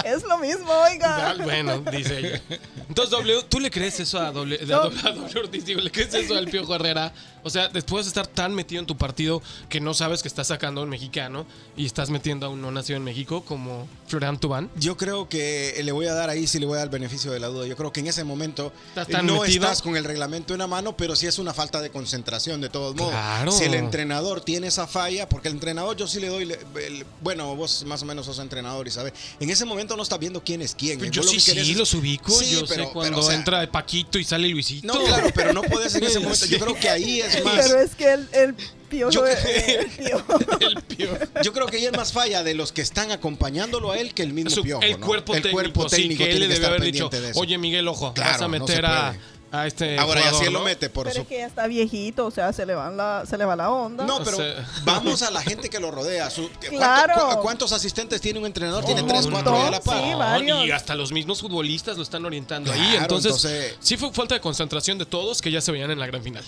Speaker 2: es lo mismo, oiga.
Speaker 1: Ah, Bueno, dice ella. Entonces, W, ¿tú le crees eso a W, a W- a W Ortiz? Digo, ¿Le crees eso al Piojo Herrera? O sea, después de estar tan metido en tu partido que no sabes que estás sacando a un mexicano y estás metiendo a un no nacido en México como Florian Tubán.
Speaker 3: Yo creo que le voy a dar ahí, sí le voy a dar el beneficio de la duda. Yo creo que en ese momento
Speaker 1: ¿Estás tan
Speaker 3: no
Speaker 1: metido?
Speaker 3: estás con el reglamento en la mano, pero sí es una falta de concentración de todos modos.
Speaker 1: Claro.
Speaker 3: Si el entrenador tiene esa falla, porque el entrenador yo sí le doy, le- el- bueno, vos más o menos sos entrenador y sabes, en ese momento no estás viendo quién es quién.
Speaker 1: Pues Yo
Speaker 3: Vos lo
Speaker 1: sí,
Speaker 3: que querés
Speaker 1: sí,
Speaker 3: es-
Speaker 1: los ubico.
Speaker 3: Sí,
Speaker 1: Yo
Speaker 3: pero-
Speaker 1: sé
Speaker 3: pero,
Speaker 1: cuando
Speaker 3: o sea,
Speaker 1: entra Paquito y sale Luisito.
Speaker 3: No,
Speaker 1: [LAUGHS]
Speaker 3: [LAUGHS] claro, pero no podés en ese momento. Yo creo que ahí es más.
Speaker 2: Pero es que el, el Piojo.
Speaker 3: Yo-
Speaker 2: eh, el Piojo.
Speaker 1: El Piojo.
Speaker 3: Yo creo que ahí es más falla de los que están acompañándolo a él que el mismo
Speaker 1: Su-
Speaker 3: piojo.
Speaker 1: el
Speaker 3: ¿no?
Speaker 1: cuerpo
Speaker 3: el
Speaker 1: técnico,
Speaker 3: cuerpo
Speaker 1: sí,
Speaker 3: técnico
Speaker 1: que él
Speaker 3: tiene
Speaker 1: le debe
Speaker 3: que estar
Speaker 1: haber dicho,
Speaker 3: pendiente de eso.
Speaker 1: oye Miguel, ojo, vas
Speaker 3: Claro,
Speaker 1: a
Speaker 3: no
Speaker 1: meter
Speaker 3: se
Speaker 1: a,
Speaker 3: puede.
Speaker 1: a este
Speaker 3: Ahora ya
Speaker 1: jugador,
Speaker 3: si él lo
Speaker 1: ¿no?
Speaker 3: mete [LAUGHS] por
Speaker 2: Pero
Speaker 3: su.
Speaker 2: es que ya está viejito, o sea, se le, van la, se le va la onda.
Speaker 3: No,
Speaker 1: O
Speaker 3: pero
Speaker 1: sea-
Speaker 3: vamos a la gente que lo rodea. su- ¿cuánto-
Speaker 2: Claro.
Speaker 3: cu- ¿Cuántos asistentes tiene un entrenador? Tiene
Speaker 1: Oh,
Speaker 2: Un
Speaker 3: tres, cuatro ya a la
Speaker 2: montón,
Speaker 3: par.
Speaker 2: sí, varios.
Speaker 1: Y hasta los mismos futbolistas lo están orientando ahí.
Speaker 3: Claro,
Speaker 1: Entonces,
Speaker 3: entonces-
Speaker 1: sí fue falta de concentración de todos que ya se veían en la gran final.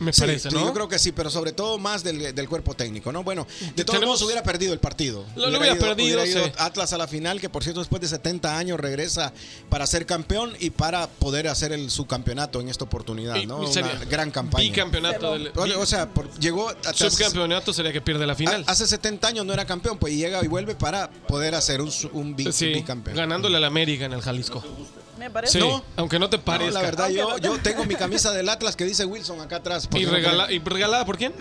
Speaker 1: Me
Speaker 3: Sí,
Speaker 1: parece,
Speaker 3: sí,
Speaker 1: ¿no?
Speaker 3: Yo creo que sí, pero sobre todo más del, del cuerpo técnico, ¿no? Bueno, de todos
Speaker 1: Tenemos-
Speaker 3: modos hubiera perdido el partido.
Speaker 1: Lo- lo hubiera perdido,
Speaker 3: hubiera ido
Speaker 1: sí.
Speaker 3: Atlas a la final, que por cierto después de 70 años regresa para ser campeón y para poder hacer el subcampeonato en esta oportunidad,
Speaker 1: Y-
Speaker 3: ¿no?
Speaker 1: y sería
Speaker 3: Una gran campaña.
Speaker 1: Bicampeonato del.
Speaker 3: Oye, O sea, por- llegó a-
Speaker 1: subcampeonato sería que pierde la final.
Speaker 3: a- hace 70 años no era campeón, pues y llega y vuelve para poder hacer un, su- un bi-
Speaker 1: sí,
Speaker 3: bicampeón.
Speaker 1: ganándole al América en el Jalisco.
Speaker 2: Me parece.
Speaker 1: Sí, aunque no te
Speaker 3: No,
Speaker 1: parezca.
Speaker 3: la verdad, yo,
Speaker 2: Aunque no-
Speaker 3: yo tengo mi camisa del Atlas que dice Wilson acá atrás. porque
Speaker 1: ¿Y,
Speaker 3: no
Speaker 1: regala-
Speaker 3: creo-
Speaker 1: ¿Y regalada por quién?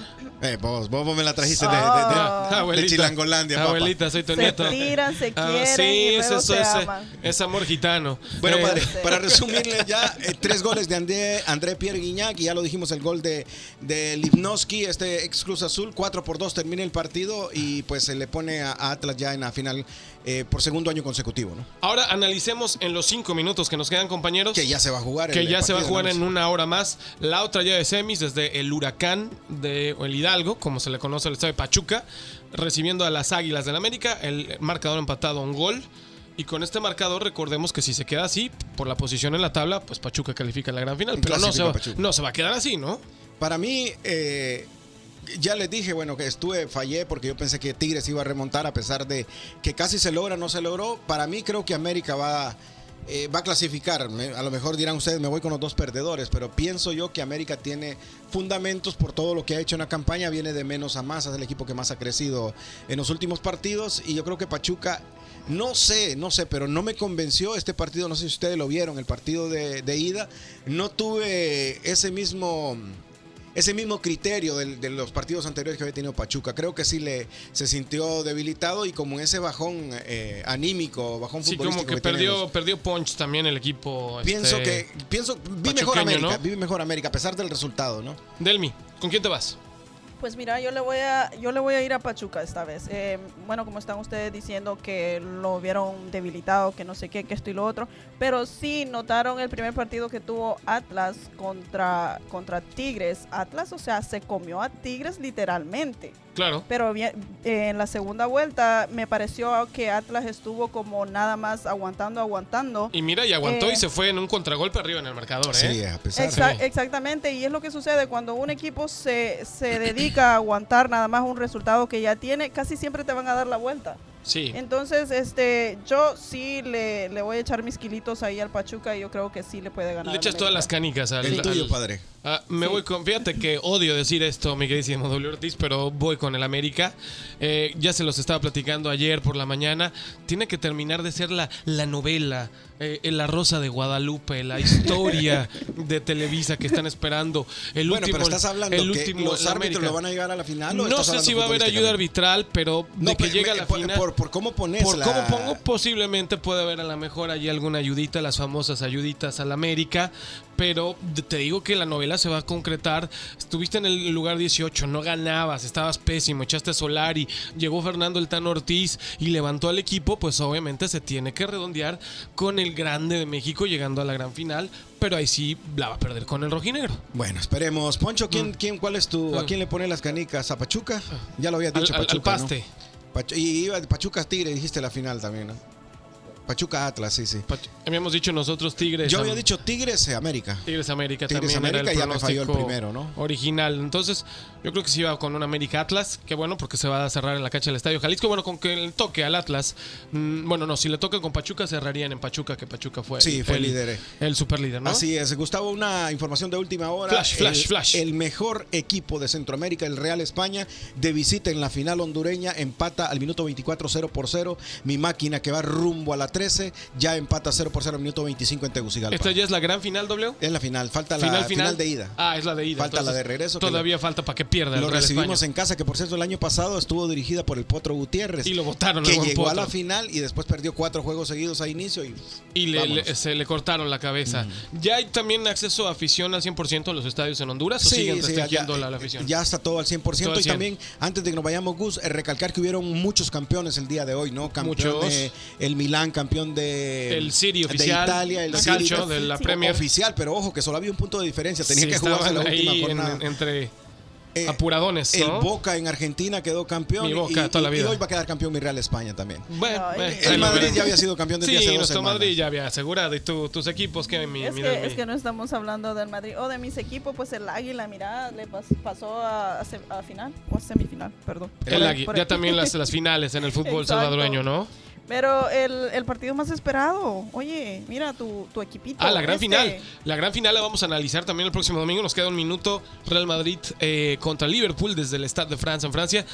Speaker 3: Eh, vos, vos me la trajiste de, de- de-
Speaker 2: Ah.
Speaker 3: de Chilangolandia, papá.
Speaker 1: Abuelita, soy tu
Speaker 2: Se
Speaker 1: nieto.
Speaker 2: tiran, se
Speaker 1: Ah,
Speaker 2: quieren y luego se
Speaker 1: es,
Speaker 2: aman.
Speaker 1: es amor gitano.
Speaker 3: Bueno,
Speaker 1: Eh,
Speaker 3: padre,
Speaker 2: Sí.
Speaker 3: para resumirle ya, eh, tres goles de André, André Pierre Guignac, y ya lo dijimos, el gol de, de Lipnowski, este ex Cruz Azul, 4 por 2 termina el partido y pues se le pone a, a Atlas ya en la final eh, por segundo año consecutivo, ¿no?
Speaker 1: Ahora analicemos en los cinco minutos que nos quedan, compañeros.
Speaker 3: Que ya se va a jugar.
Speaker 1: que
Speaker 3: el
Speaker 1: ya se va a
Speaker 3: partido,
Speaker 1: jugar
Speaker 3: ¿no?
Speaker 1: en una hora más. La otra ya de semis desde el Huracán de o el Hidalgo, como se le conoce al estado de Pachuca, recibiendo a las Águilas del América, el marcador empatado a un gol. Y con este marcador recordemos que si se queda así, por la posición en la tabla, pues Pachuca califica en la gran final.
Speaker 3: Y
Speaker 1: Pero no se,
Speaker 3: clasifica
Speaker 1: va,
Speaker 3: Pachuca.
Speaker 1: no se va a quedar así, ¿no?
Speaker 3: Para mí, eh, ya les dije, bueno, que estuve, fallé porque yo pensé que Tigres iba a remontar a pesar de que casi se logra, no se logró. Para mí creo que América va, eh, va a clasificar. Me- A lo mejor dirán ustedes, me voy con los dos perdedores, pero pienso yo que América tiene fundamentos por todo lo que ha hecho en la campaña. Viene de menos a más, es el equipo que más ha crecido en los últimos partidos y yo creo que Pachuca... No sé, no sé, pero no me convenció este partido, no sé si ustedes lo vieron, el partido de, de ida. No tuve ese mismo ese mismo criterio del- de, los partidos anteriores que había tenido Pachuca. Creo que sí le se sintió debilitado y como ese bajón eh, anímico, bajón
Speaker 1: Sí,
Speaker 3: futbolístico
Speaker 1: como que,
Speaker 3: tienen
Speaker 1: perdió,
Speaker 3: los-
Speaker 1: perdió punch también el equipo.
Speaker 3: Pienso
Speaker 1: este,
Speaker 3: que pienso vi mejor
Speaker 1: pachuqueño,
Speaker 3: América,
Speaker 1: ¿no?
Speaker 3: vi mejor América a pesar del resultado, ¿no?
Speaker 1: Delmi, ¿con quién te vas?
Speaker 2: Pues mira, yo le voy a, yo le voy a ir a Pachuca esta vez. Eh, bueno, como están ustedes diciendo que lo vieron debilitado, que no sé qué, que esto y lo otro, pero sí notaron el primer partido que tuvo Atlas contra contra Tigres. Atlas, o sea, se comió a Tigres literalmente.
Speaker 1: Claro.
Speaker 2: Pero bien, eh, en la segunda vuelta me pareció que Atlas estuvo como nada más aguantando, aguantando.
Speaker 1: Y mira, y aguantó
Speaker 2: Eh.
Speaker 1: y se fue en un contragolpe arriba en el marcador, ¿eh?
Speaker 3: Sí, a pesar.
Speaker 1: Exacto.
Speaker 2: Exa- exactamente, y es lo que sucede cuando un equipo se, se dedica a aguantar nada más un resultado que ya tiene, casi siempre te van a dar la vuelta.
Speaker 1: Sí.
Speaker 2: Entonces, este, yo sí le, le voy a echar mis kilitos ahí al Pachuca y yo creo que sí le puede ganar.
Speaker 1: Le echas
Speaker 2: al
Speaker 1: todas las
Speaker 2: América.
Speaker 1: canicas al,
Speaker 3: El
Speaker 1: al-
Speaker 3: tuyo, padre.
Speaker 1: Ah, me voy con. Fíjate que odio decir esto, mi queridísimo W. Ortiz, pero voy con el América. Eh, ya se los estaba platicando ayer por la mañana. Tiene que terminar de ser la, la novela, eh, eh, la rosa de Guadalupe,
Speaker 3: [LAUGHS]
Speaker 1: la historia de Televisa que están esperando. El
Speaker 3: Bueno,
Speaker 1: último,
Speaker 3: pero estás hablando
Speaker 1: el
Speaker 3: que
Speaker 1: último,
Speaker 3: los
Speaker 1: la
Speaker 3: árbitros
Speaker 1: América.
Speaker 3: lo van a llegar a la final. ¿o
Speaker 1: No
Speaker 3: estás
Speaker 1: sé
Speaker 3: hablando
Speaker 1: si va a haber ayuda
Speaker 3: futbolísticamente?
Speaker 1: arbitral, pero de
Speaker 3: No,
Speaker 1: que
Speaker 3: pero
Speaker 1: llega a
Speaker 3: me-
Speaker 1: la
Speaker 3: por,
Speaker 1: final.
Speaker 3: Por, por cómo pones
Speaker 1: Por
Speaker 3: la-
Speaker 1: cómo pongo, posiblemente puede haber a lo mejor allí alguna ayudita, las famosas ayuditas al América, pero de- te digo que la novela se va a concretar. Estuviste en el lugar 18, no ganabas, estabas pésimo, echaste a Solari, llegó Fernando el Tan Ortiz y levantó al equipo, pues obviamente se tiene que redondear con el grande de México llegando a la gran final, pero ahí sí la va a perder con el rojinegro.
Speaker 3: Bueno, esperemos. Poncho, ¿quién, quién, ¿cuál es tu,
Speaker 1: Mm. Ah.
Speaker 3: a quién le pones las canicas? ¿A Pachuca? Ya lo había
Speaker 1: Al,
Speaker 3: dicho,
Speaker 1: al- al
Speaker 3: Pachuca. ¿no?
Speaker 1: paste.
Speaker 3: Pachu- y iba Pachuca Tigre, dijiste la final también, ¿no? Pachuca Atlas, sí, sí.
Speaker 1: Pach- Habíamos dicho nosotros Tigres.
Speaker 3: Yo
Speaker 1: am-
Speaker 3: había dicho Tigres eh, América.
Speaker 1: Tigres América
Speaker 3: Tigres
Speaker 1: también era el
Speaker 3: América ya me falló el
Speaker 1: pronóstico
Speaker 3: primero, ¿no?
Speaker 1: original. Entonces, yo creo que sí va con un América Atlas, que bueno, porque se va a cerrar en la cancha del Estadio Jalisco. Bueno, con que le toque al Atlas, mm, bueno, no, si le toca con Pachuca, cerrarían en Pachuca, que Pachuca fue,
Speaker 3: Sí, fue el líder, eh.
Speaker 1: El super líder, ¿no?
Speaker 3: Así es, Gustavo, una información de última hora.
Speaker 1: Flash, flash,
Speaker 3: el,
Speaker 1: flash.
Speaker 3: El mejor equipo de Centroamérica, el Real España, de visita en la final hondureña, empata al minuto 24 0 por 0. Mi máquina que va rumbo a la 13, ya empata 0 por 0 al minuto 25 en Tegucigalpa.
Speaker 1: Esta ya es la gran final, W.
Speaker 3: Es la final, falta la
Speaker 1: final,
Speaker 3: final,
Speaker 1: final.
Speaker 3: de ida.
Speaker 1: Ah, es la de ida.
Speaker 3: Falta la de regreso, que
Speaker 1: Todavía falta para que pierda. el
Speaker 3: Lo
Speaker 1: Real
Speaker 3: recibimos
Speaker 1: España.
Speaker 3: en casa, que por cierto el año pasado estuvo dirigida por el Potro Gutiérrez.
Speaker 1: Y lo votaron.
Speaker 3: que llegó a la final y después perdió cuatro juegos seguidos a inicio y
Speaker 1: Y le,
Speaker 3: vámonos.
Speaker 1: le- se le cortaron la cabeza. ¿Ya hay también acceso a afición al 100% a los estadios en Honduras? ¿O siguen restringiendo la, la afición?
Speaker 3: eh, ya está todo al 100%.
Speaker 1: Todo al
Speaker 3: y
Speaker 1: 100.
Speaker 3: también, antes de que nos vayamos, Gus, eh, recalcar que hubieron muchos campeones el día de hoy, ¿no? Campeón
Speaker 1: Muchos.
Speaker 3: de el Milán, campeón de,
Speaker 1: El City
Speaker 3: de
Speaker 1: oficial,
Speaker 3: Italia, el
Speaker 1: la
Speaker 3: City
Speaker 1: Calcio,
Speaker 3: oficial,
Speaker 1: de la
Speaker 3: sí,
Speaker 1: Premier.
Speaker 3: oficial, pero ojo que solo había un punto de diferencia, tenía
Speaker 1: Sí,
Speaker 3: que jugarse la
Speaker 1: estaban
Speaker 3: última
Speaker 1: ahí en-
Speaker 3: jornada.
Speaker 1: entre
Speaker 3: Eh,
Speaker 1: Apuradones,
Speaker 3: El
Speaker 1: ¿no?
Speaker 3: Boca en Argentina quedó campeón.
Speaker 1: Mi Boca,
Speaker 3: y,
Speaker 1: toda la
Speaker 3: y-
Speaker 1: vida.
Speaker 3: y hoy va a quedar campeón mi Real España también.
Speaker 1: Bueno,
Speaker 2: Ay.
Speaker 1: eh,
Speaker 2: El
Speaker 1: ahí lo
Speaker 2: Madrid
Speaker 1: veremos.
Speaker 3: ya había sido campeón desde
Speaker 1: sí,
Speaker 3: hace dos
Speaker 1: nuestro
Speaker 3: semanas.
Speaker 1: Madrid ya había asegurado. Y tú- tus equipos, que mi,
Speaker 2: Es
Speaker 1: mira,
Speaker 2: que,
Speaker 1: mi-
Speaker 2: es que no estamos hablando del Madrid o de mis equipos, pues el Águila, mira, le pas- pasó a, a se- a final o semifinal, perdón.
Speaker 1: el
Speaker 2: Por-
Speaker 1: Agui-
Speaker 2: por
Speaker 1: ya
Speaker 2: aquí.
Speaker 1: también
Speaker 2: [LAUGHS]
Speaker 1: las, las finales en el fútbol
Speaker 2: Exacto.
Speaker 1: salvadoreño, ¿no?
Speaker 2: Pero el, el partido más esperado, oye, mira tu, tu equipito.
Speaker 1: Ah, la gran
Speaker 2: este.
Speaker 1: final. La gran final la vamos a analizar también el próximo domingo. Nos queda un minuto. Real Madrid eh, contra Liverpool desde el Stade de France en Francia.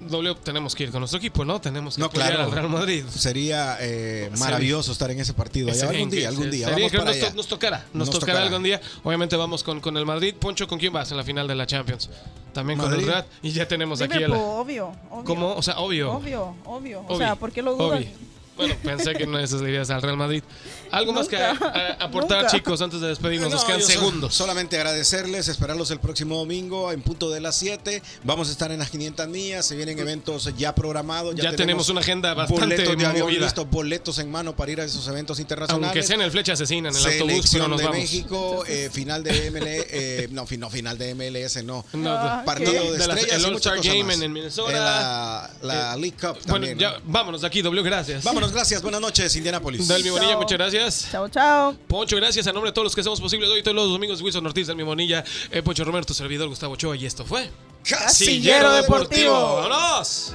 Speaker 1: W, tenemos que ir con nuestro equipo, ¿no? Tenemos que
Speaker 3: No,
Speaker 1: apoyar
Speaker 3: claro.
Speaker 1: al Real Madrid.
Speaker 3: Sería eh,
Speaker 1: Sería-
Speaker 3: maravilloso estar en ese partido. allá.
Speaker 1: Sería
Speaker 3: algún
Speaker 1: increíble.
Speaker 3: día, algún día.
Speaker 1: Sería
Speaker 3: Vamos
Speaker 1: increíble.
Speaker 3: para
Speaker 1: nos, to-
Speaker 3: allá.
Speaker 1: nos tocará, nos,
Speaker 3: Nos
Speaker 1: tocará,
Speaker 3: tocará.
Speaker 1: algún día. Obviamente vamos con, con el Madrid. Poncho, ¿con quién vas en la final de la Champions? También con el
Speaker 3: Madrid.
Speaker 1: Real. Y ya tenemos Pues aquí a
Speaker 2: Liverpool,
Speaker 1: la...
Speaker 2: obvio, obvio.
Speaker 1: ¿Cómo? O sea, obvio.
Speaker 2: Obvio, obvio. O
Speaker 1: Obvio,
Speaker 2: sea, ¿por qué lo Ah, dudas?
Speaker 1: obvio. Bueno, pensé que no esas dirías al Real Madrid. Algo más que
Speaker 2: Nunca,
Speaker 1: eh, aportar,
Speaker 2: nunca.
Speaker 1: chicos, antes de despedirnos. Nos
Speaker 3: No,
Speaker 1: quedan
Speaker 3: yo sol-
Speaker 1: segundos.
Speaker 3: solamente agradecerles, esperarlos el próximo domingo en punto de las 7. Vamos a estar en las 500 millas, se vienen eventos ya programados.
Speaker 1: Ya tenemos una agenda bastante
Speaker 3: boletos de avión
Speaker 1: movida.
Speaker 3: listos, boletos en mano para ir a esos eventos internacionales.
Speaker 1: Aunque sea en el flecha asesina, en el autobús, pero
Speaker 3: Selección
Speaker 1: nos
Speaker 3: de
Speaker 1: vamos.
Speaker 3: México, eh, final de MLS, eh, no, fi- no, final de MLS, no.
Speaker 1: No,
Speaker 2: Ah,
Speaker 1: de-
Speaker 3: Partido
Speaker 2: ok.
Speaker 3: de,
Speaker 1: De la-
Speaker 3: estrellas
Speaker 1: el
Speaker 3: y
Speaker 1: All
Speaker 3: muchas
Speaker 1: Star
Speaker 3: cosas
Speaker 1: Game
Speaker 3: más.
Speaker 1: en- en Minnesota. Eh,
Speaker 3: Eh, la la League Cup
Speaker 1: Bueno,
Speaker 3: también.
Speaker 1: ya
Speaker 3: ¿no?
Speaker 1: vámonos de aquí, W, gracias.
Speaker 3: Vámonos, gracias, buenas noches, Indianapolis.
Speaker 1: Dalmi Bonilla,
Speaker 2: Chao.
Speaker 1: muchas gracias.
Speaker 2: Chao, chao.
Speaker 1: Poncho, gracias a nombre de todos los que hacemos posible hoy, todos los domingos, Wilson Ortiz, Dalmi Bonilla, eh, Poncho Romero, tu servidor Gustavo Ochoa, y esto fue
Speaker 2: Casillero Deportivo.
Speaker 1: ¡Vámonos!